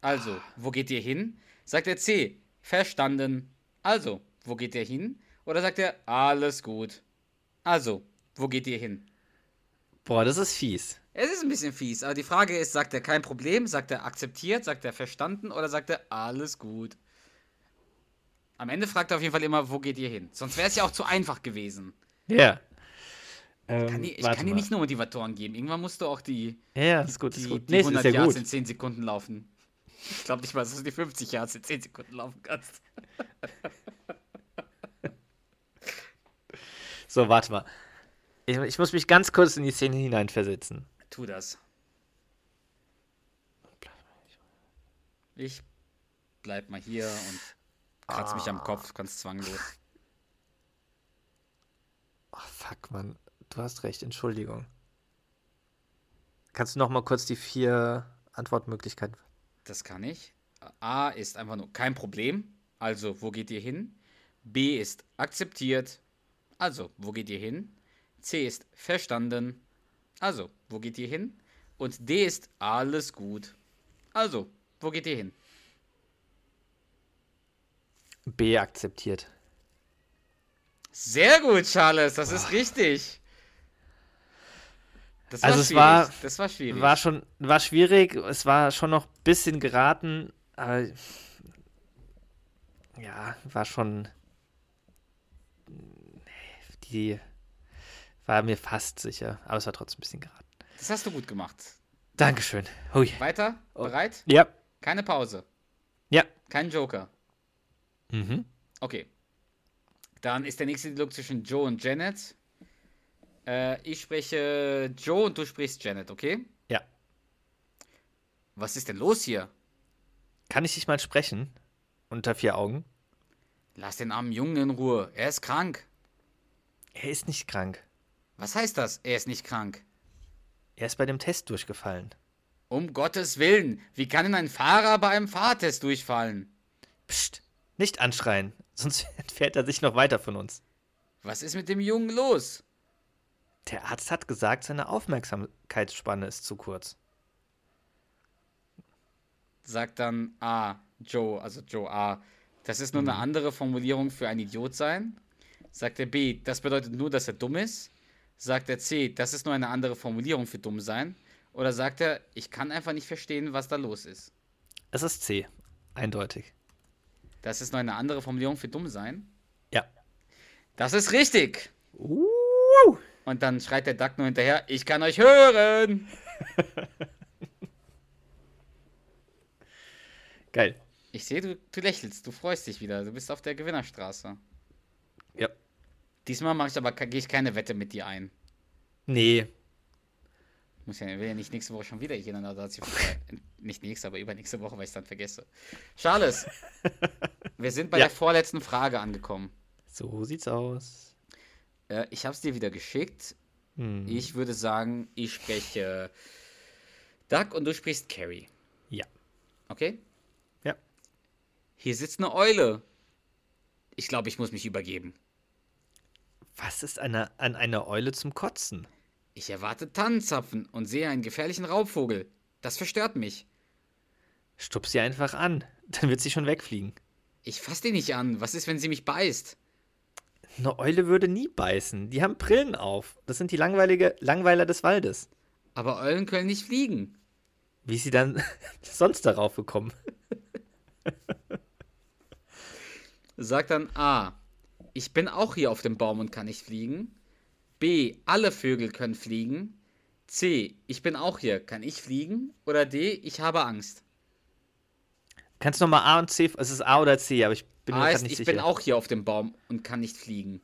S1: Also, wo geht ihr hin? Sagt der C, verstanden. Also, wo geht ihr hin? Oder sagt er, alles gut. Also, wo geht ihr hin?
S2: Boah, das ist fies.
S1: Es ist ein bisschen fies, aber die Frage ist, sagt er kein Problem, sagt er akzeptiert, sagt er verstanden oder sagt er alles gut? Am Ende fragt er auf jeden Fall immer, wo geht ihr hin? Sonst wäre es ja auch zu einfach gewesen.
S2: Ja. Ähm,
S1: Kann die, ich kann dir nicht nur Motivatoren geben. Irgendwann musst du auch die,
S2: Ja, Ja, ist gut, ist
S1: die,
S2: gut.
S1: die
S2: Nee, es
S1: 100
S2: ist ja
S1: Yards
S2: gut.
S1: in 10 Sekunden laufen. Ich glaube nicht mal, dass du die 50 Yards in 10 Sekunden laufen kannst.
S2: So, warte mal. Ich, ich muss mich ganz kurz in die Szene hineinversetzen.
S1: Tu das. Ich
S2: Ah.
S1: bleib mal hier und kratz mich am Kopf, ganz zwanglos.
S2: Oh, fuck, Mann. Du hast recht, Entschuldigung. Kannst du noch mal kurz die vier Antwortmöglichkeiten?
S1: Das kann ich. A ist einfach nur kein Problem. Also, wo geht ihr hin? B ist akzeptiert. Also, wo geht ihr hin? C ist verstanden. Also, wo geht ihr hin? Und D ist alles gut. Also, wo geht ihr hin?
S2: B akzeptiert.
S1: Sehr gut, Charles, das ist richtig. Das war
S2: Also es
S1: schwierig.
S2: war-
S1: das war schwierig.
S2: War schon, war schwierig. Es war schon noch ein bisschen geraten, aber ja, war schon. Nee, Die war mir fast sicher, aber es war trotzdem ein bisschen geraten.
S1: das hast du gut gemacht.
S2: Dankeschön. Hui.
S1: Weiter?
S2: Oh.
S1: Bereit?
S2: Ja,
S1: Keine Pause.
S2: ja.
S1: Kein Joker.
S2: Mhm.
S1: Okay. Dann ist der nächste Dialog zwischen Joe und Janet. Äh, ich spreche Joe und du sprichst Janet, okay?
S2: Ja.
S1: Was ist denn los hier?
S2: Kann ich dich mal sprechen? Unter vier Augen?
S1: Lass den armen Jungen in Ruhe. Er ist krank.
S2: Er ist nicht krank.
S1: Was heißt das? Er ist nicht krank.
S2: Er ist bei dem Test durchgefallen.
S1: Um Gottes Willen, wie kann denn ein Fahrer bei einem Fahrtest durchfallen?
S2: Psst, nicht anschreien, sonst entfernt er sich noch weiter von uns.
S1: Was ist mit dem Jungen los?
S2: Der Arzt hat gesagt, seine Aufmerksamkeitsspanne ist zu kurz.
S1: Sagt dann A, Joe, also Joe A. Das ist nur eine andere Formulierung für ein Idiot sein. Sagt der B, das bedeutet nur, dass er dumm ist. Sagt der C, das ist nur eine andere Formulierung für dumm sein. Oder sagt er, ich kann einfach nicht verstehen, was da los ist.
S2: Es ist C. Eindeutig.
S1: Das ist nur eine andere Formulierung für dumm sein.
S2: Ja.
S1: Das ist richtig.
S2: Uh,
S1: Und dann schreit der Duck nur hinterher, ich kann euch hören.
S2: geil.
S1: Ich sehe, du, du lächelst, du freust dich wieder. Du bist auf der Gewinnerstraße.
S2: Ja.
S1: Diesmal mache ich aber ke- gehe ich keine Wette mit dir ein.
S2: Nee.
S1: Muss ja, will ja nicht nächste Woche schon wieder hier in der Nazio vorbei. Nicht nächste, aber übernächste Woche, weil ich es dann vergesse. Charles, wir sind bei
S2: Ja.
S1: der vorletzten Frage angekommen.
S2: So sieht's aus.
S1: Äh, ich habe es dir wieder geschickt.
S2: Hm.
S1: Ich würde sagen, ich spreche Duck und du sprichst Carrie.
S2: Ja.
S1: Okay?
S2: Ja.
S1: Hier sitzt eine Eule. Ich glaube, ich muss mich übergeben.
S2: Was ist eine, an einer Eule zum Kotzen?
S1: Ich erwarte Tannenzapfen und sehe einen gefährlichen Raubvogel. Das verstört mich.
S2: Stupp sie einfach an. Dann wird sie schon wegfliegen.
S1: Ich fasse die nicht an. Was ist, wenn sie mich beißt?
S2: Eine Eule würde nie beißen. Die haben Brillen auf. Das sind die langweilige Langweiler des Waldes.
S1: Aber Eulen können nicht fliegen.
S2: Wie ist sie dann sonst darauf gekommen?
S1: Sagt dann A. Ich bin auch hier auf dem Baum und kann nicht fliegen. B. Alle Vögel können fliegen. C. Ich bin auch hier. Kann ich fliegen? Oder D. Ich habe Angst.
S2: Kannst du nochmal A und C? Es ist A oder C, aber ich bin mir
S1: A
S2: gerade
S1: ist,
S2: nicht
S1: ich
S2: sicher.
S1: bin auch hier auf dem Baum und kann nicht fliegen.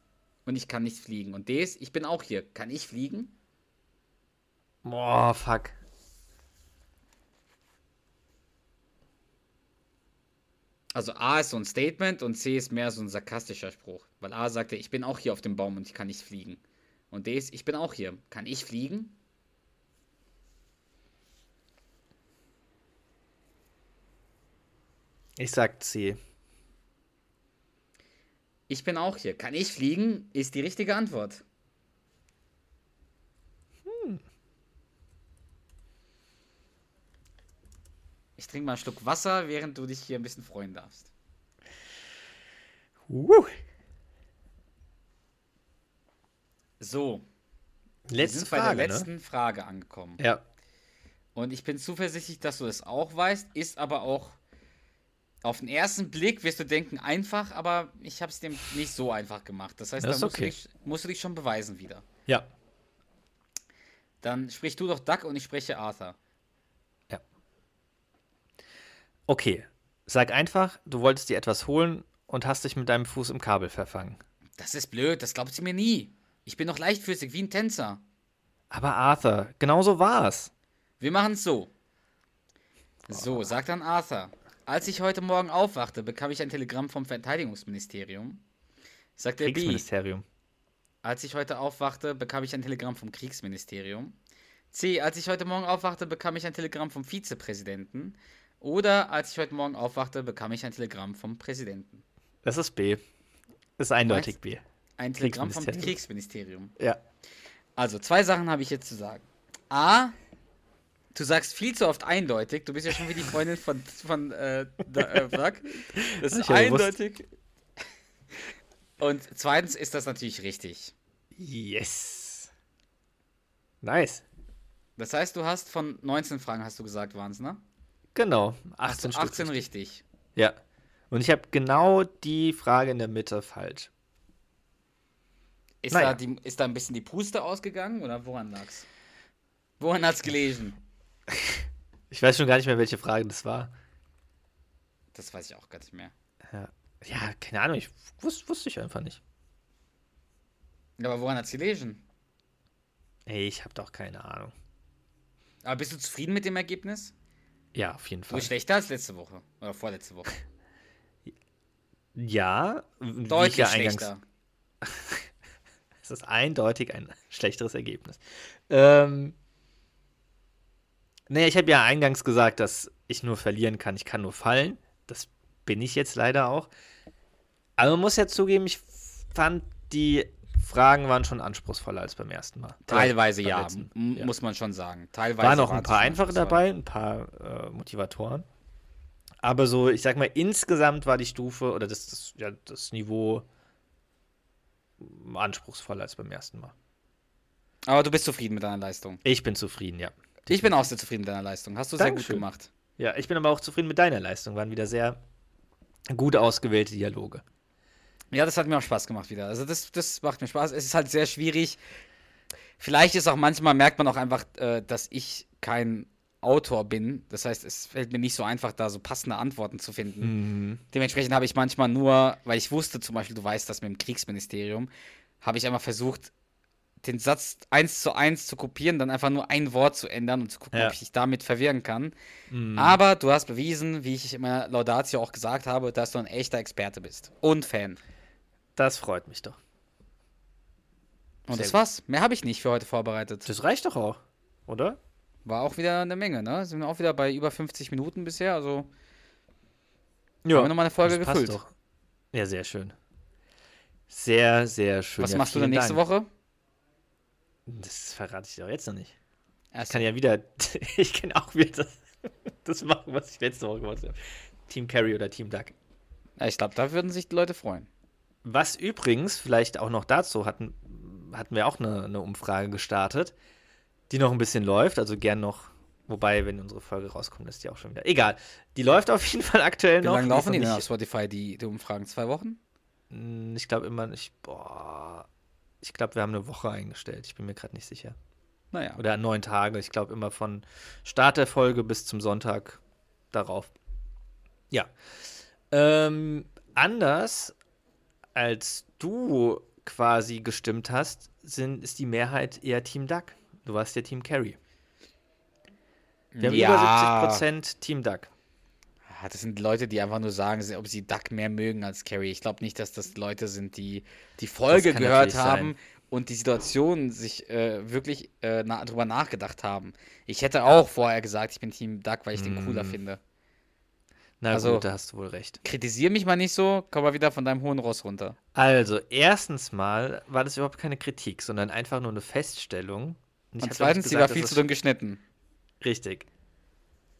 S1: Und ich kann nicht fliegen. Und D ist, ich bin auch hier. Kann ich fliegen?
S2: Boah, fuck.
S1: Also A ist so ein Statement und C ist mehr so ein sarkastischer Spruch. Weil A sagte, ich bin auch hier auf dem Baum und ich kann nicht fliegen. Und D ist, ich bin auch hier. Kann ich fliegen?
S2: Ich sag C.
S1: Ich bin auch hier. Kann ich fliegen? Ist die richtige Antwort. Ich trinke mal einen Schluck Wasser, während du dich hier ein bisschen freuen darfst.
S2: Uh.
S1: So, wir
S2: Letzte
S1: sind
S2: Frage,
S1: bei der
S2: ne?
S1: letzten Frage angekommen.
S2: Ja.
S1: Und ich bin zuversichtlich, dass du das auch weißt, ist aber auch auf den ersten Blick wirst du denken, einfach, aber ich habe es dem nicht so einfach gemacht. Das heißt,
S2: Das
S1: da
S2: ist
S1: musst, du
S2: okay.
S1: dich, musst du dich schon beweisen wieder.
S2: Ja.
S1: Dann sprich du doch Duck und ich spreche Arthur.
S2: Okay. Sag einfach, du wolltest dir etwas holen und hast dich mit deinem Fuß im Kabel verfangen.
S1: Das ist blöd, das glaubt sie mir nie. Ich bin doch leichtfüßig wie ein Tänzer.
S2: Aber Arthur, genau so war's.
S1: Wir machen es so. So, sagt dann Arthur. Als ich heute Morgen aufwachte, bekam ich ein Telegramm vom Verteidigungsministerium. Sagt der B.
S2: Kriegsministerium.
S1: Als ich heute aufwachte, bekam ich ein Telegramm vom Kriegsministerium. C. Als ich heute Morgen aufwachte, bekam ich ein Telegramm vom Vizepräsidenten. Oder als ich heute Morgen aufwachte, bekam ich ein Telegramm vom Präsidenten.
S2: Das ist B. Das ist eindeutig B.
S1: Ein Telegramm vom Kriegsministerium.
S2: Ja.
S1: Also, zwei Sachen habe ich jetzt zu sagen. A. Du sagst viel zu oft eindeutig. Du bist ja schon wie die Freundin von, von äh, da, äh, Doug. Das
S2: Hab ich
S1: ist
S2: ja gewusst.
S1: eindeutig. Und zweitens ist das natürlich richtig.
S2: Yes. Nice.
S1: Das heißt, du hast von 19 Fragen, hast du gesagt, waren es, ne?
S2: Genau.
S1: Hast
S2: 18
S1: du
S2: Stück.
S1: 18 richtig.
S2: Ja. Und ich habe genau die Frage in der Mitte falsch.
S1: Ist,
S2: Naja.
S1: da die, ist da ein bisschen die Puste ausgegangen oder woran lag's? Woran hat's gelesen?
S2: Ich weiß schon gar nicht mehr, welche Frage das war.
S1: Das weiß ich auch gar nicht mehr.
S2: Ja, ja keine Ahnung. Ich wus wusste ich einfach nicht.
S1: Ja, Aber woran hat's gelesen?
S2: Ey, ich habe doch keine Ahnung.
S1: Aber bist du zufrieden mit dem Ergebnis?
S2: Ja, auf jeden Fall.
S1: War schlechter als letzte Woche. Oder vorletzte Woche.
S2: Ja, wie ich
S1: Deutlich
S2: ja eingangs-
S1: schlechter.
S2: Es ist eindeutig ein schlechteres Ergebnis. Ähm, naja, ich habe ja eingangs gesagt, dass ich nur verlieren kann. Ich kann nur fallen. Das bin ich jetzt leider auch. Aber man muss ja zugeben, ich fand, die Fragen waren schon anspruchsvoller als beim ersten Mal.
S1: Teilweise
S2: Beim
S1: ja,
S2: letzten.
S1: m-
S2: Ja.
S1: muss man schon sagen. Teilweise
S2: Waren noch ein
S1: waren's
S2: paar
S1: schon
S2: einfache
S1: anspruchsvoll.
S2: dabei, ein paar äh, Motivatoren. Aber so, ich sag mal, insgesamt war die Stufe oder das, das, ja, das Niveau anspruchsvoller als beim ersten Mal.
S1: Aber du bist zufrieden mit deiner Leistung.
S2: Ich bin zufrieden, ja.
S1: Ich bin auch sehr zufrieden mit deiner Leistung. Hast du sehr gut
S2: Dankeschön.
S1: gemacht.
S2: Ja, ich bin aber auch zufrieden mit deiner Leistung. Waren wieder sehr gut ausgewählte Dialoge.
S1: Ja, das hat mir auch Spaß gemacht wieder. Also das, das macht mir Spaß. Es ist halt sehr schwierig. Vielleicht ist auch manchmal, merkt man auch einfach, äh, dass ich kein Autor bin. Das heißt, es fällt mir nicht so einfach, da so passende Antworten zu finden.
S2: Mhm.
S1: Dementsprechend habe ich manchmal nur, weil ich wusste zum Beispiel, du weißt das mit dem Kriegsministerium, habe ich einfach versucht, den Satz eins zu eins zu kopieren, dann einfach nur ein Wort zu ändern und zu gucken,
S2: Ja. Mhm.
S1: ob ich dich damit verwirren kann. Aber du hast bewiesen, wie ich in meiner Laudatio auch gesagt habe, dass du ein echter Experte bist und Fan.
S2: Das freut mich doch.
S1: Und
S2: Sehr
S1: das
S2: gut.
S1: war's. Mehr habe ich nicht für heute vorbereitet.
S2: Das reicht doch auch, oder?
S1: War auch wieder eine Menge, ne? Sind auch wieder bei über 50 Minuten bisher, also haben wir nochmal eine Folge
S2: das passt
S1: gefüllt.
S2: doch. Ja, sehr schön. Sehr, sehr schön.
S1: Was
S2: ja,
S1: machst du
S2: vielen
S1: denn nächste
S2: Dank.
S1: Woche?
S2: Das verrate ich dir auch jetzt noch nicht. Ich
S1: Erst
S2: kann ja wieder, ich kann auch wieder das, das machen, was ich letzte Woche gemacht habe. Team Carry oder Team Duck.
S1: ja, ich glaube, da würden sich die Leute freuen.
S2: Was übrigens, vielleicht auch noch dazu, hatten, hatten wir auch eine, eine Umfrage gestartet, die noch ein bisschen läuft, also gern noch, wobei, wenn unsere Folge rauskommt, ist die auch schon wieder. Egal, die läuft auf jeden Fall aktuell
S1: Wie
S2: noch.
S1: lange
S2: ist
S1: laufen
S2: noch
S1: die denn auf
S2: nicht,
S1: Spotify, die, die Umfragen? Zwei Wochen?
S2: Mm, Ich glaube immer, ich, boah, ich glaube, wir haben eine Woche eingestellt, ich bin mir gerade nicht sicher.
S1: Naja.
S2: Oder neun Tage, ich glaube immer von Start der Folge bis zum Sonntag darauf. Ja. Ähm, anders als du quasi gestimmt hast, sind, ist die Mehrheit eher Team Duck. Du warst ja Team Carry. Wir haben
S1: Ja.
S2: über 70% Team Duck.
S1: Ah, Das sind Leute, die einfach nur sagen, sie- ob sie Duck mehr mögen als Carrie. Ich glaube nicht, dass das Leute sind, die die Folge
S2: Das kann
S1: gehört
S2: natürlich sein.
S1: haben und die Situation sich äh, wirklich äh, na drüber nachgedacht haben. Ich hätte auch vorher gesagt, ich bin Team Duck, weil ich den cooler
S2: Mm.
S1: finde.
S2: Na
S1: Also-
S2: gut, da hast du wohl recht.
S1: Kritisier mich mal nicht so, komm mal wieder von deinem hohen Ross runter.
S2: Also, erstens mal war das überhaupt keine Kritik, sondern einfach nur eine Feststellung. ich
S1: Und
S2: hab doch nicht
S1: zweitens, sie
S2: gesagt,
S1: war
S2: dass
S1: viel
S2: das
S1: zu dünn geschnitten.
S2: Richtig.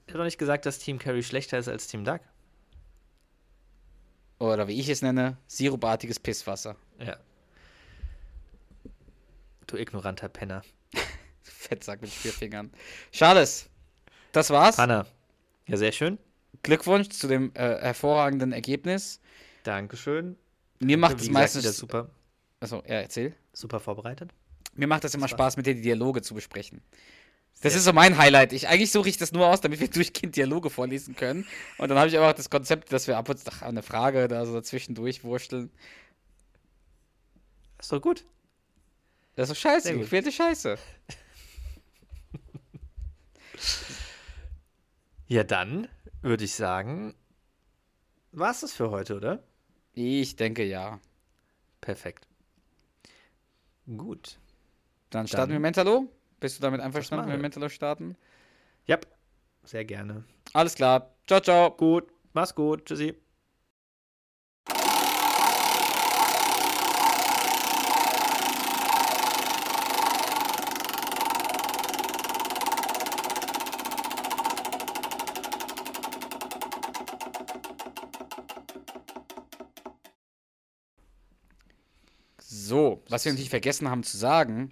S2: Ich habe doch nicht gesagt, dass Team Carry schlechter ist als Team Duck.
S1: Oder wie ich es nenne, sirupartiges Pisswasser.
S2: Ja. Du ignoranter Penner.
S1: Fettsack mit Spürfingern. Charles, das war's.
S2: Panna. Ja, sehr schön.
S1: Glückwunsch zu dem äh, hervorragenden Ergebnis.
S2: Dankeschön.
S1: Mir macht es
S2: Wie gesagt, wieder
S1: meistens.
S2: super,
S1: Achso, ja, erzähl.
S2: super vorbereitet.
S1: Mir macht das immer
S2: war's.
S1: Spaß, mit dir die Dialoge zu besprechen. Das ist so mein Highlight. Ich, eigentlich suche ich das nur aus, damit wir durchgehend Dialoge vorlesen können. Und dann habe ich aber auch das Konzept, dass wir ab und zu ach, eine Frage da so zwischendurch wursteln.
S2: Ist doch gut.
S1: Das ist so
S2: Sehr
S1: scheiße,
S2: gut.
S1: gequälte Scheiße.
S2: Ja, dann würde ich sagen, war's das für heute, oder?
S1: Ich denke ja.
S2: Perfekt. Gut.
S1: Dann starten wir
S2: Dann-
S1: Mentalo. Bist du damit einverstanden, wenn wir
S2: machen wir.
S1: Mentalo starten?
S2: Ja, sehr gerne.
S1: Alles klar. Ciao, ciao.
S2: Gut, mach's gut. Tschüssi.
S1: So, was wir natürlich vergessen haben zu sagen,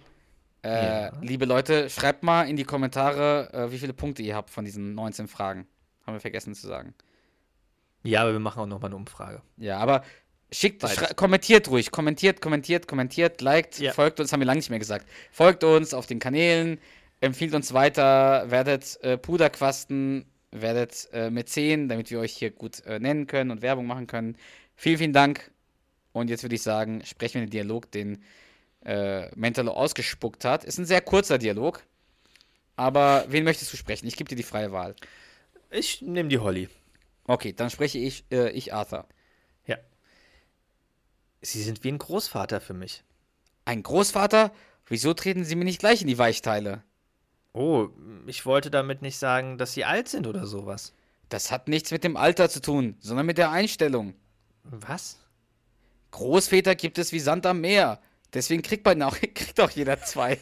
S1: äh,
S2: Ja.
S1: liebe Leute, schreibt mal in die Kommentare, äh, wie viele Punkte ihr habt von diesen 19 Fragen. Haben wir vergessen zu sagen.
S2: Ja, aber wir machen auch nochmal eine Umfrage.
S1: Ja, aber schickt,
S2: Beides.
S1: schrei- kommentiert ruhig, kommentiert, kommentiert, kommentiert, liked,
S2: Ja.
S1: folgt uns, haben wir lange nicht mehr gesagt. Folgt uns auf den Kanälen, empfiehlt uns weiter, werdet äh, Puderquasten, werdet äh, Mäzen, damit wir euch hier gut äh, nennen können und Werbung machen können. Vielen, vielen Dank. Und jetzt würde ich sagen, sprechen wir den Dialog, den äh, Mentalo ausgespuckt hat. Ist ein sehr kurzer Dialog. Aber wen möchtest du sprechen? Ich gebe dir die freie Wahl.
S2: Ich nehme die Holly.
S1: Okay, dann spreche ich, äh, ich Arthur.
S2: Ja. Sie sind wie ein Großvater für mich.
S1: Ein Großvater? Wieso treten Sie mir nicht gleich in die Weichteile?
S2: Oh, ich wollte damit nicht sagen, dass sie alt sind oder sowas.
S1: Das hat nichts mit dem Alter zu tun, sondern mit der Einstellung.
S2: Was?
S1: Großväter gibt es wie Sand am Meer. Deswegen kriegt man auch, kriegt auch jeder zwei.